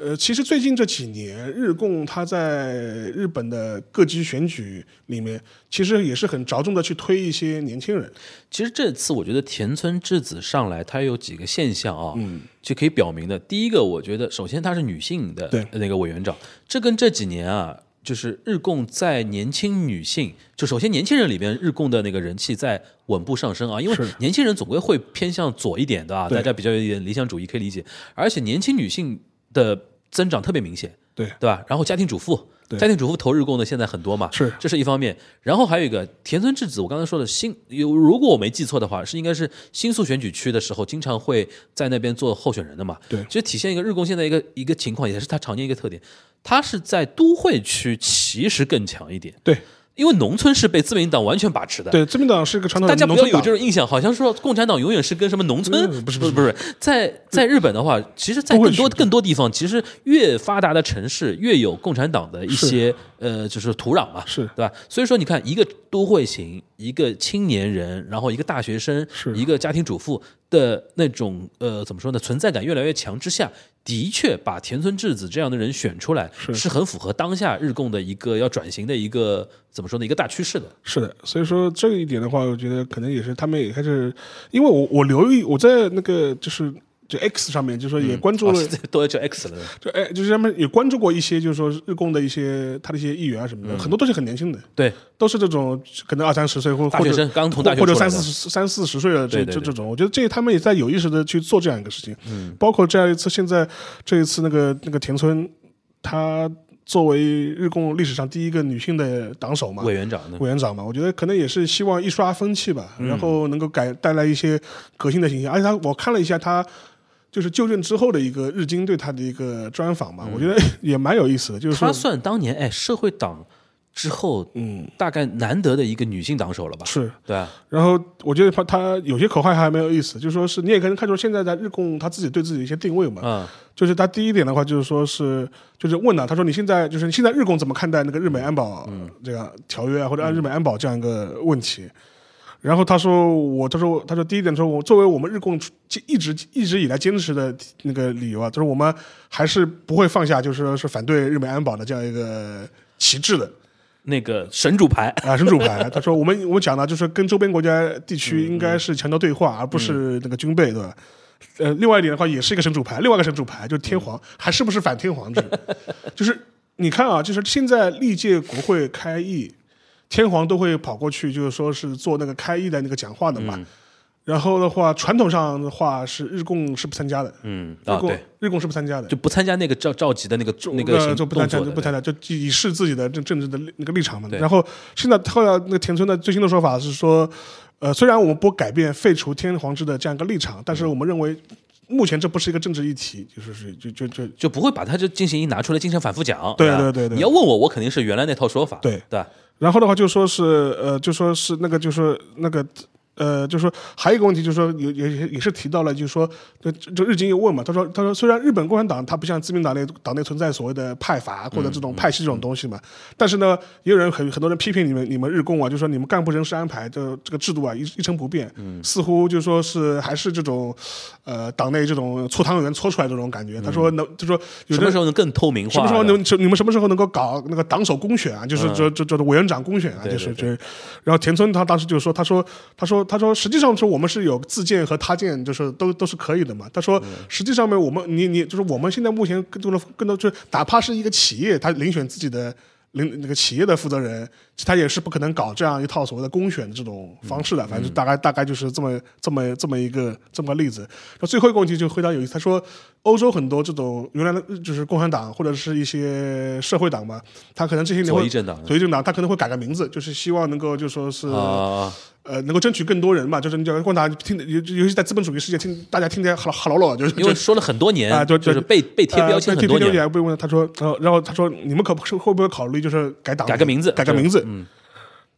S4: 呃，其实最近这几年，日共它在日本的各级选举里面，其实也是很着重的去推一些年轻人。
S2: 其实这次我觉得田村智子上来，她有几个现象啊，
S4: 嗯
S2: 就可以表明的。第一个，我觉得首先她是女性的
S4: 对
S2: 那个委员长，这跟这几年啊，就是日共在年轻女性，就首先年轻人里边，日共的那个人气在稳步上升啊，因为年轻人总归会偏向左一点的啊，
S4: 对
S2: 大家比较有点理想主义可以理解，而且年轻女性的增长特别明显，
S4: 对
S2: 对吧？然后家庭主妇，家庭主妇投日供的现在很多嘛，
S4: 是
S2: 这是一方面。然后还有一个田村智子，我刚才说的新，有如果我没记错的话，是应该是新宿选举区的时候，经常会在那边做候选人的嘛。
S4: 对
S2: 其实体现一个日供现在一个一个情况，也是它常见一个特点，它是在都会区其实更强一点，
S4: 对，
S2: 因为农村是被自民党完全把持的。
S4: 对，自民党是一个传统
S2: 大
S4: 的
S2: 家不
S4: 农
S2: 要
S4: 村
S2: 有
S4: 党
S2: 这。种印象，好像说共产党永远是跟什么农村，
S4: 嗯
S2: 不
S4: 不是
S2: 是不是，在在日本的话，其实，在
S4: 都会
S2: 更多
S4: 去
S2: 更多地方，其实越发达的城市越有共产党的一些呃，就是土壤嘛，
S4: 是
S2: 对吧？所以说，你看一个都会型，一个青年人，然后一个大学生，
S4: 是
S2: 一个家庭主妇的那种呃，怎么说呢？存在感越来越强之下。的确，把田村智子这样的人选出来，是很符合当下日共的一个要转型的一个怎么说呢？一个大趋势的。
S4: 是的，所以说这一点的话，我觉得可能也是他们也开始，因为我我留意我在那个就是就 X 上面，就说也关注
S2: 哦
S4: 了、
S2: 现在都要叫 X 了。对吧
S4: 就哎，就是他们也关注过一些，就是说日共的一些他的一些议员啊什么的，
S2: 嗯
S4: 很多都是很年轻的，
S2: 对，
S4: 都是这种可能二三十岁或
S2: 大
S4: 或
S2: 学
S4: 者
S2: 生刚从大学
S4: 或者
S2: 出来
S4: 三
S2: 的
S4: 四十三四十岁的这
S2: 对对
S4: 这
S2: 对嗯
S4: 这种，我觉得这他们也在有意识的去做这样一个事情，包括这样一次现在这一次那个那个田村，她作为日共历史上第一个女性的党首嘛，
S2: 委员长呢？
S4: 委员长嘛，我觉得可能也是希望一刷风气吧，然后能够改带来一些革新的形象。而且他我看了一下他就是就任之后的一个日经对他的一个专访嘛，我觉得也蛮有意思的，就是
S2: 她
S4: 说
S2: 算当年哎社会党之后，嗯，大概难得的一个女性党首了吧？
S4: 是。
S2: 对啊，
S4: 然后我觉得他他有些口号还蛮有意思，就是说是你也可能看出现在在日共他自己对自己的一些定位嘛，
S2: 嗯，
S4: 就是他第一点的话，就是说是就是问了、他说你现在就是你现在日共怎么看待那个日美安保这个条约啊，或者按日美安保这样一个问题？然后他说我他说他说第一点说我作为我们日共一直一直以来坚持的那个理由啊，就是我们还是不会放下就是说是反对日美安保的这样一个旗帜的。
S2: 那个神主牌，
S4: 啊，神主 牌。他说
S2: 嗯
S4: 我们我们讲的就是跟周边国家地区应该是强调对话，而不是那个军备，对吧？呃，另外一点的话，也是一个神主牌，另外一个神主牌就是
S2: 嗯
S4: 天皇，还是不是反天皇制？ 就是你看啊，就是现在历届国会开议，天皇都会跑过去，就是说是做那个开议的那个讲话的
S2: 嗯
S4: 嘛。然后的话，传统上的话是日共是不参加的，
S2: 嗯
S4: 日
S2: 啊
S4: 共、
S2: 对，
S4: 日共是不参加的，
S2: 就不参加那个召召集的那个那个
S4: 呃
S2: 行
S4: 就
S2: 动
S4: 不
S2: 作
S4: 参加，
S2: 的
S4: 不参加，就以示自己的政政治的立那个立场嘛。
S2: 对
S4: 然后现在后来那个田村的最新的说法是说，呃，虽然我们不改变废除天皇制的这样一个立场，但是我们认为目前这不是一个政治议题，就是是就就就
S2: 就不会把它就进行一拿出来进行反复讲。
S4: 对
S2: 吧
S4: 对对对
S2: 你要问我，我肯定是原来那套说法。
S4: 对
S2: 对吧，
S4: 然后的话就说是呃，就说是那个，就说那个。呃，就说还有一个问题，就是说也也也是提到了，就是说，就就日经又问嘛，他说他说虽然日本共产党它不像自民党内党内存在所谓的派阀或者这种派系这种东西嘛，但是呢，也有人很很多人批评你们你们日共啊，就说你们干部人事安排的这个制度啊一一成不变，似乎就说是还是这种，呃，党内这种搓汤圆搓出来的这种感觉。他说能就说有
S2: 什
S4: 的
S2: 么时候能更透明化？
S4: 什么时候能？你们什么时候能够搞那个党首公选啊？就是这这这委员长公选啊，
S2: 嗯对
S4: 就是
S2: 对
S4: 就是。然后田村他当时就说，他说他说他说，实际上说我们是有自建和他建，就是都都是可以的嘛。他
S2: 嗯
S4: 说实际上面我们你你就是我们现在目前更多的更多就是哪怕是一个企业，他遴选自己的。领那个企业的负责人，他也是不可能搞这样一套所谓的公选的这种方式的，
S2: 嗯
S4: 反正就大概大概就是这么这么这么一个这么个例子。那最后一个问题就回答有意思，他说欧洲很多这种原来的就是共产党或者是一些社会党嘛，他可能这些年会
S2: 左翼政党
S4: 左翼政党，他可能会改个名字，就是希望能够就说是、
S2: 啊，
S4: 呃能够争取更多人嘛，就是你讲共产党听，尤尤其在资本主义世界听大家听起来哈哈喽喽，啊就是
S2: 因为说了很多年
S4: 啊对
S2: 就
S4: 对
S2: 是被被贴标签
S4: 呃对
S2: 很多
S4: 贴标
S2: 年，
S4: 签被问他说，然后然后他说你们可不是会不会考虑就是改党
S2: 改个名字
S4: 改个名字？嗯，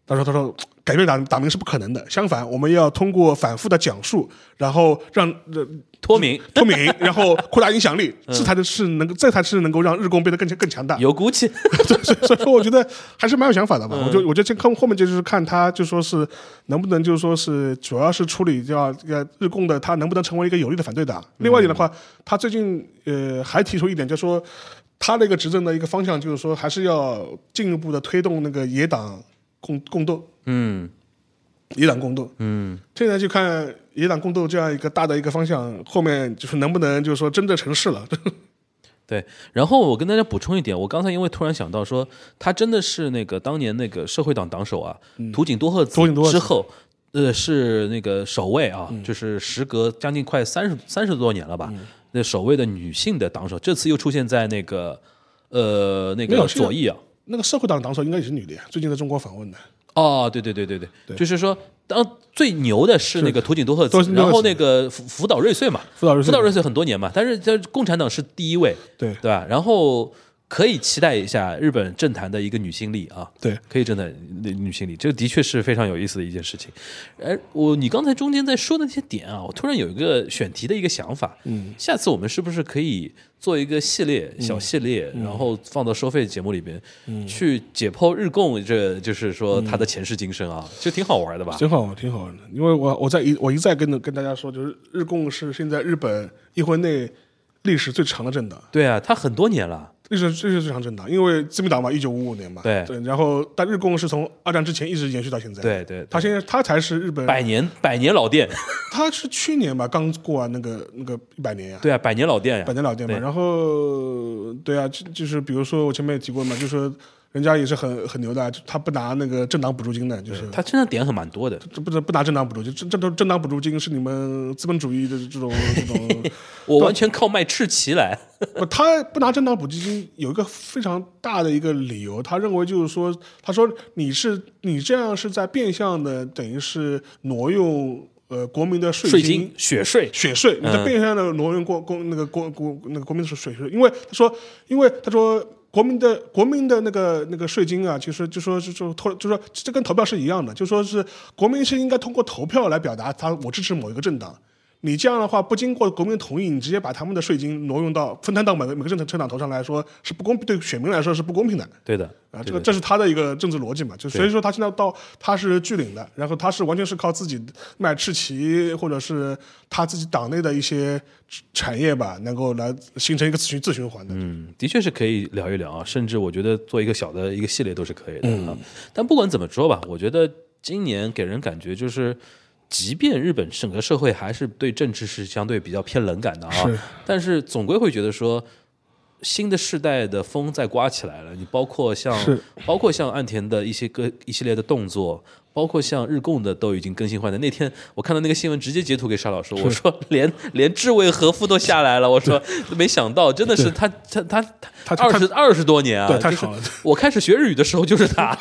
S4: 他说他说改变党党名是不可能的，相反我们要通过反复的讲述，然后让呃
S2: 脱敏
S4: 脱敏，然后扩大影响 力，
S2: 嗯
S4: 这才是能够这才是能够让日共变得更强更强大。
S2: 有骨气。
S4: 所以 所以说，我觉得还是蛮有想法的吧。我就我觉得这看后面就是看他就说是能不能就说是主要是处理掉这个日共的，他能不能成为一个有力的反对党。另外一点的话，他最近呃还提出一点，就是说他那个执政的一个方向，就是说还是要进一步的推动那个野党共共斗，
S2: 嗯
S4: 野党共斗。嗯，现在就看野党共斗这样一个大的一个方向，后面就是能不能就是说真的成事了。
S2: 对，然后我跟大家补充一点，我刚才因为突然想到说，他真的是那个当年那个社会党党首啊，土井多贺子
S4: 土嗯井多贺
S2: 之
S4: 子嗯
S2: 后，呃，是那个首位啊，就是时隔将近快三十三十多年了吧，那首位的女性的党首，这次又出现在那个呃那
S4: 没
S2: 个
S4: 有是
S2: 左翼啊，
S4: 那个社会党党首应该也是女的呀，最近在中国访问的。
S2: 哦，对对对对对，就是说，当最牛的是那个土井多贺
S4: 多
S2: 子，
S4: 贺
S2: 然后
S4: 子
S2: 那个福福岛瑞穗嘛，
S4: 福岛瑞穗
S2: 福岛瑞穗很多年嘛，但是在共产党是第一位，
S4: 对
S2: 对吧？然后可以期待一下日本政坛的一个女性力啊，
S4: 对，
S2: 可以真的女女性力，这的确是非常有意思的一件事情。哎，我你刚才中间在说的那些点啊，我突然有一个选题的一个想法，嗯，下次我们是不是可以做一个系列小系列，
S4: 嗯
S2: 然后放到收费节目里边、去解剖日共这就是说它的前世今生啊，
S4: 嗯
S2: 就挺好玩的吧？
S4: 挺好玩，挺好玩的。因为我我在一我一再跟跟大家说，就是日共是现在日本议会内历史最长的政党，
S2: 对啊，它很多年了，
S4: 历史历史最长政党，因为自民党嘛，一九五五年嘛，
S2: 对
S4: 然后但日共是从二战之前一直延续到现在，
S2: 对对对
S4: 他现在他才是日本，
S2: 百年百年老 店，
S4: 他是去年吧刚过完那个那个一百年呀、
S2: 对啊，百年老店呀、
S4: 百年老店嘛。
S2: 对
S4: 然后对啊，就就是比如说我前面也提过嘛，就是说人家也是很很牛的，就他不拿那个政党补助金的，就是
S2: 它真的点很蛮多的。
S4: 这不是不拿政党补助金，这这都政党补助金是你们资本主义的这种这种
S2: 我完全靠卖赤旗来，
S4: 不，他不拿政党补助金有一个非常大的一个理由，他认为就是说，他说你是你这样是在变相的等于是挪用呃国民的税
S2: 税金、血税，
S4: 血税，你在变相的挪用国公那个国国那个国民的税税，因为他说，因为他说国民的国民的那个那个税金啊，其实就说就说投就说这跟投票是一样的，就说是国民是应该通过投票来表达他我支持某一个政党。你这样的话，不经过国民同意，你直接把他们的税金挪用到分摊到每个每个政党政党头上来说，是不公对选民来说是不公平的。
S2: 对的
S4: 啊，
S2: 对
S4: 这个
S2: 的
S4: 这是他的一个政治逻辑嘛，就所以说他现在到他是据领的，然后他是完全是靠自己卖赤旗或者是他自己党内的一些产业吧，能够来形成一个自循自循环的。
S2: 嗯，的确是可以聊一聊啊，甚至我觉得做一个小的一个系列都是可以的啊。但不管怎么说吧，我觉得今年给人感觉就是即便日本整个社会还是对政治是相对比较偏冷感的啊，
S4: 是
S2: 但是总归会觉得说。新的世代的风在刮起来了，你包括像
S4: 是
S2: 包括像岸田的一些个一系列的动作，包括像日共的都已经更新换代。那天我看到那个新闻，直接截图给沙老师，我说连连志卫和夫都下来了，我说没想到，真的是他他他
S4: 他他
S2: 二十二十多年啊，
S4: 对太
S2: 就是
S4: 好了
S2: 我开始学日语的时候就是他，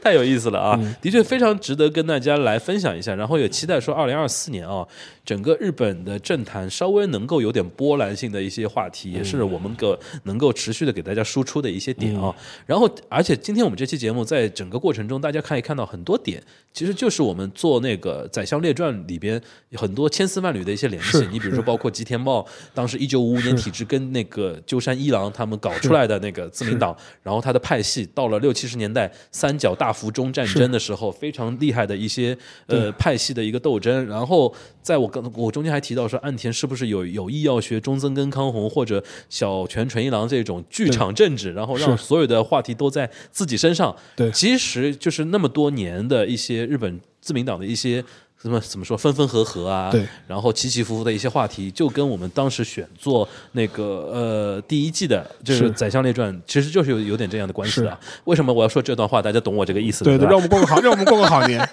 S2: 太有意思了啊！的确非常值得跟大家来分享一下，然后也期待说二零二四年啊，整个日本的政坛稍微能够有点波澜性的一些话题，也是我们个能够持续的给大家输出的一些点啊。然后，而且今天我们这期节目在整个过程中，大家可以看到很多点，其实就是我们做那个《宰相列传》里边有很多千丝万缕的一些联系
S4: 是。
S2: 你比如说，包括吉田茂当时一九五五年体制跟那个鸠山一郎他们搞出来的那个自民党，然后他的派系到了六七十年代三角大服中战争的时候，非常厉害的一些呃派系的一个斗争。然后在我刚我中间还提到说，岸田是不是有有意要学中曾根康弘或者小泉纯一郎这种剧场政治，然后让
S4: 是
S2: 所有的话题都在自己身上。
S4: 对
S2: 其实就是那么多年的一些日本自民党的一些。怎么怎么说分分合合啊，
S4: 对
S2: 然后起起伏伏的一些话题，就跟我们当时选做那个呃第一季的，就是
S4: 是
S2: 《宰相列传》，其实就是有有点这样的关系的啊。为什么我要说这段话？大家懂我这个意思
S4: 对
S2: 吧
S4: 对，让我们过个好，让我们过个好年。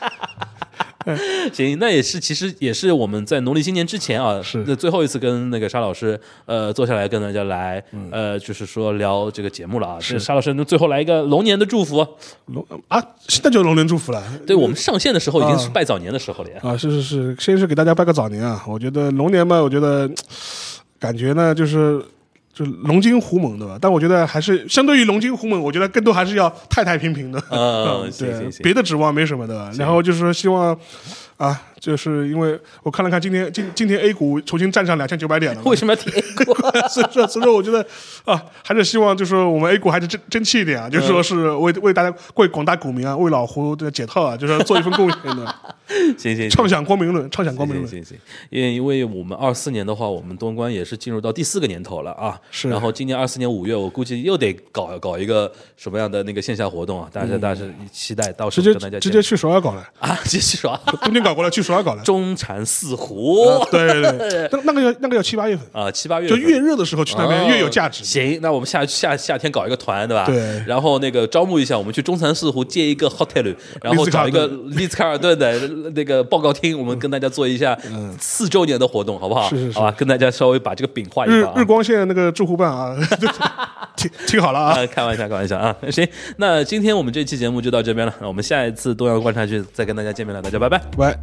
S2: 行，那也是，其实也是我们在农历新年之前啊，
S4: 是
S2: 那最后一次跟那个沙老师呃坐下来跟大家来、
S4: 嗯
S2: 呃，就是说聊这个节目了啊。是沙老师，那最后来一个龙年的祝福。
S4: 龙啊，那就是龙年祝福了。
S2: 对我们上线的时候已经是拜早年的 时候了呀。
S4: 啊，是是是，先是给大家拜个早年啊。我觉得龙年嘛，我觉得感觉呢就是就龙精虎猛对吧？但我觉得还是相对于龙精虎猛，我觉得更多还是要太太平平的。
S2: 嗯，行
S4: 对
S2: 行，行，
S4: 别的指望没什么的。然后就是说希望啊，就是因为我看了看今天今今天 A 股重新站上两千九百点了嘛，
S2: 为什 么要提 A 股？
S4: 所以说，所以说，我觉得啊，还是希望就是我们 A 股还是争争气一点啊，就是说是为为大家为广大股民啊，为老胡的解套啊，就是做一份贡献 的，
S2: 行行行。
S4: 畅想光明论，畅想光明
S2: 行
S4: 论。
S2: 行行，因为因为我们二四年的话，我们东关也是进入到第四个年头了啊。
S4: 是
S2: 然后今年二四年五月，我估计又得搞搞一个什么样的那个线下活动啊？大家大家期待，到时
S4: 嗯直
S2: 候
S4: 接
S2: 跟大家
S4: 直
S2: 见
S4: 接去首尔搞 了，
S2: 啊，继续 说啊，
S4: 东京搞过来，去首尔搞了。
S2: 中禅寺
S4: 啊
S2: 湖
S4: 对对 对，那那个要那个要七八月份，
S2: 啊，七八月
S4: 就
S2: 份
S4: 越热的时候去那边
S2: 哦
S4: 越有价值。
S2: 行，那我们下夏夏天搞一个团，对吧？
S4: 对
S2: 然后那个招募一下，我们去中禅寺湖借一个 hotel，然后找一个丽兹卡尔顿的那个报告厅，我们跟大家做一下四周年的活动，好不好？
S4: 嗯是是是
S2: 好吧，跟大家稍微把这个饼画一
S4: 日
S2: 画、啊。
S4: 日光线那个驻沪办啊， 听听好了啊，
S2: 啊， 开玩笑，开玩笑啊！行，那今天我们这期节目就到这边了，那我们下一次东阳观察局再跟大家见面了，大家拜拜。
S4: 喂。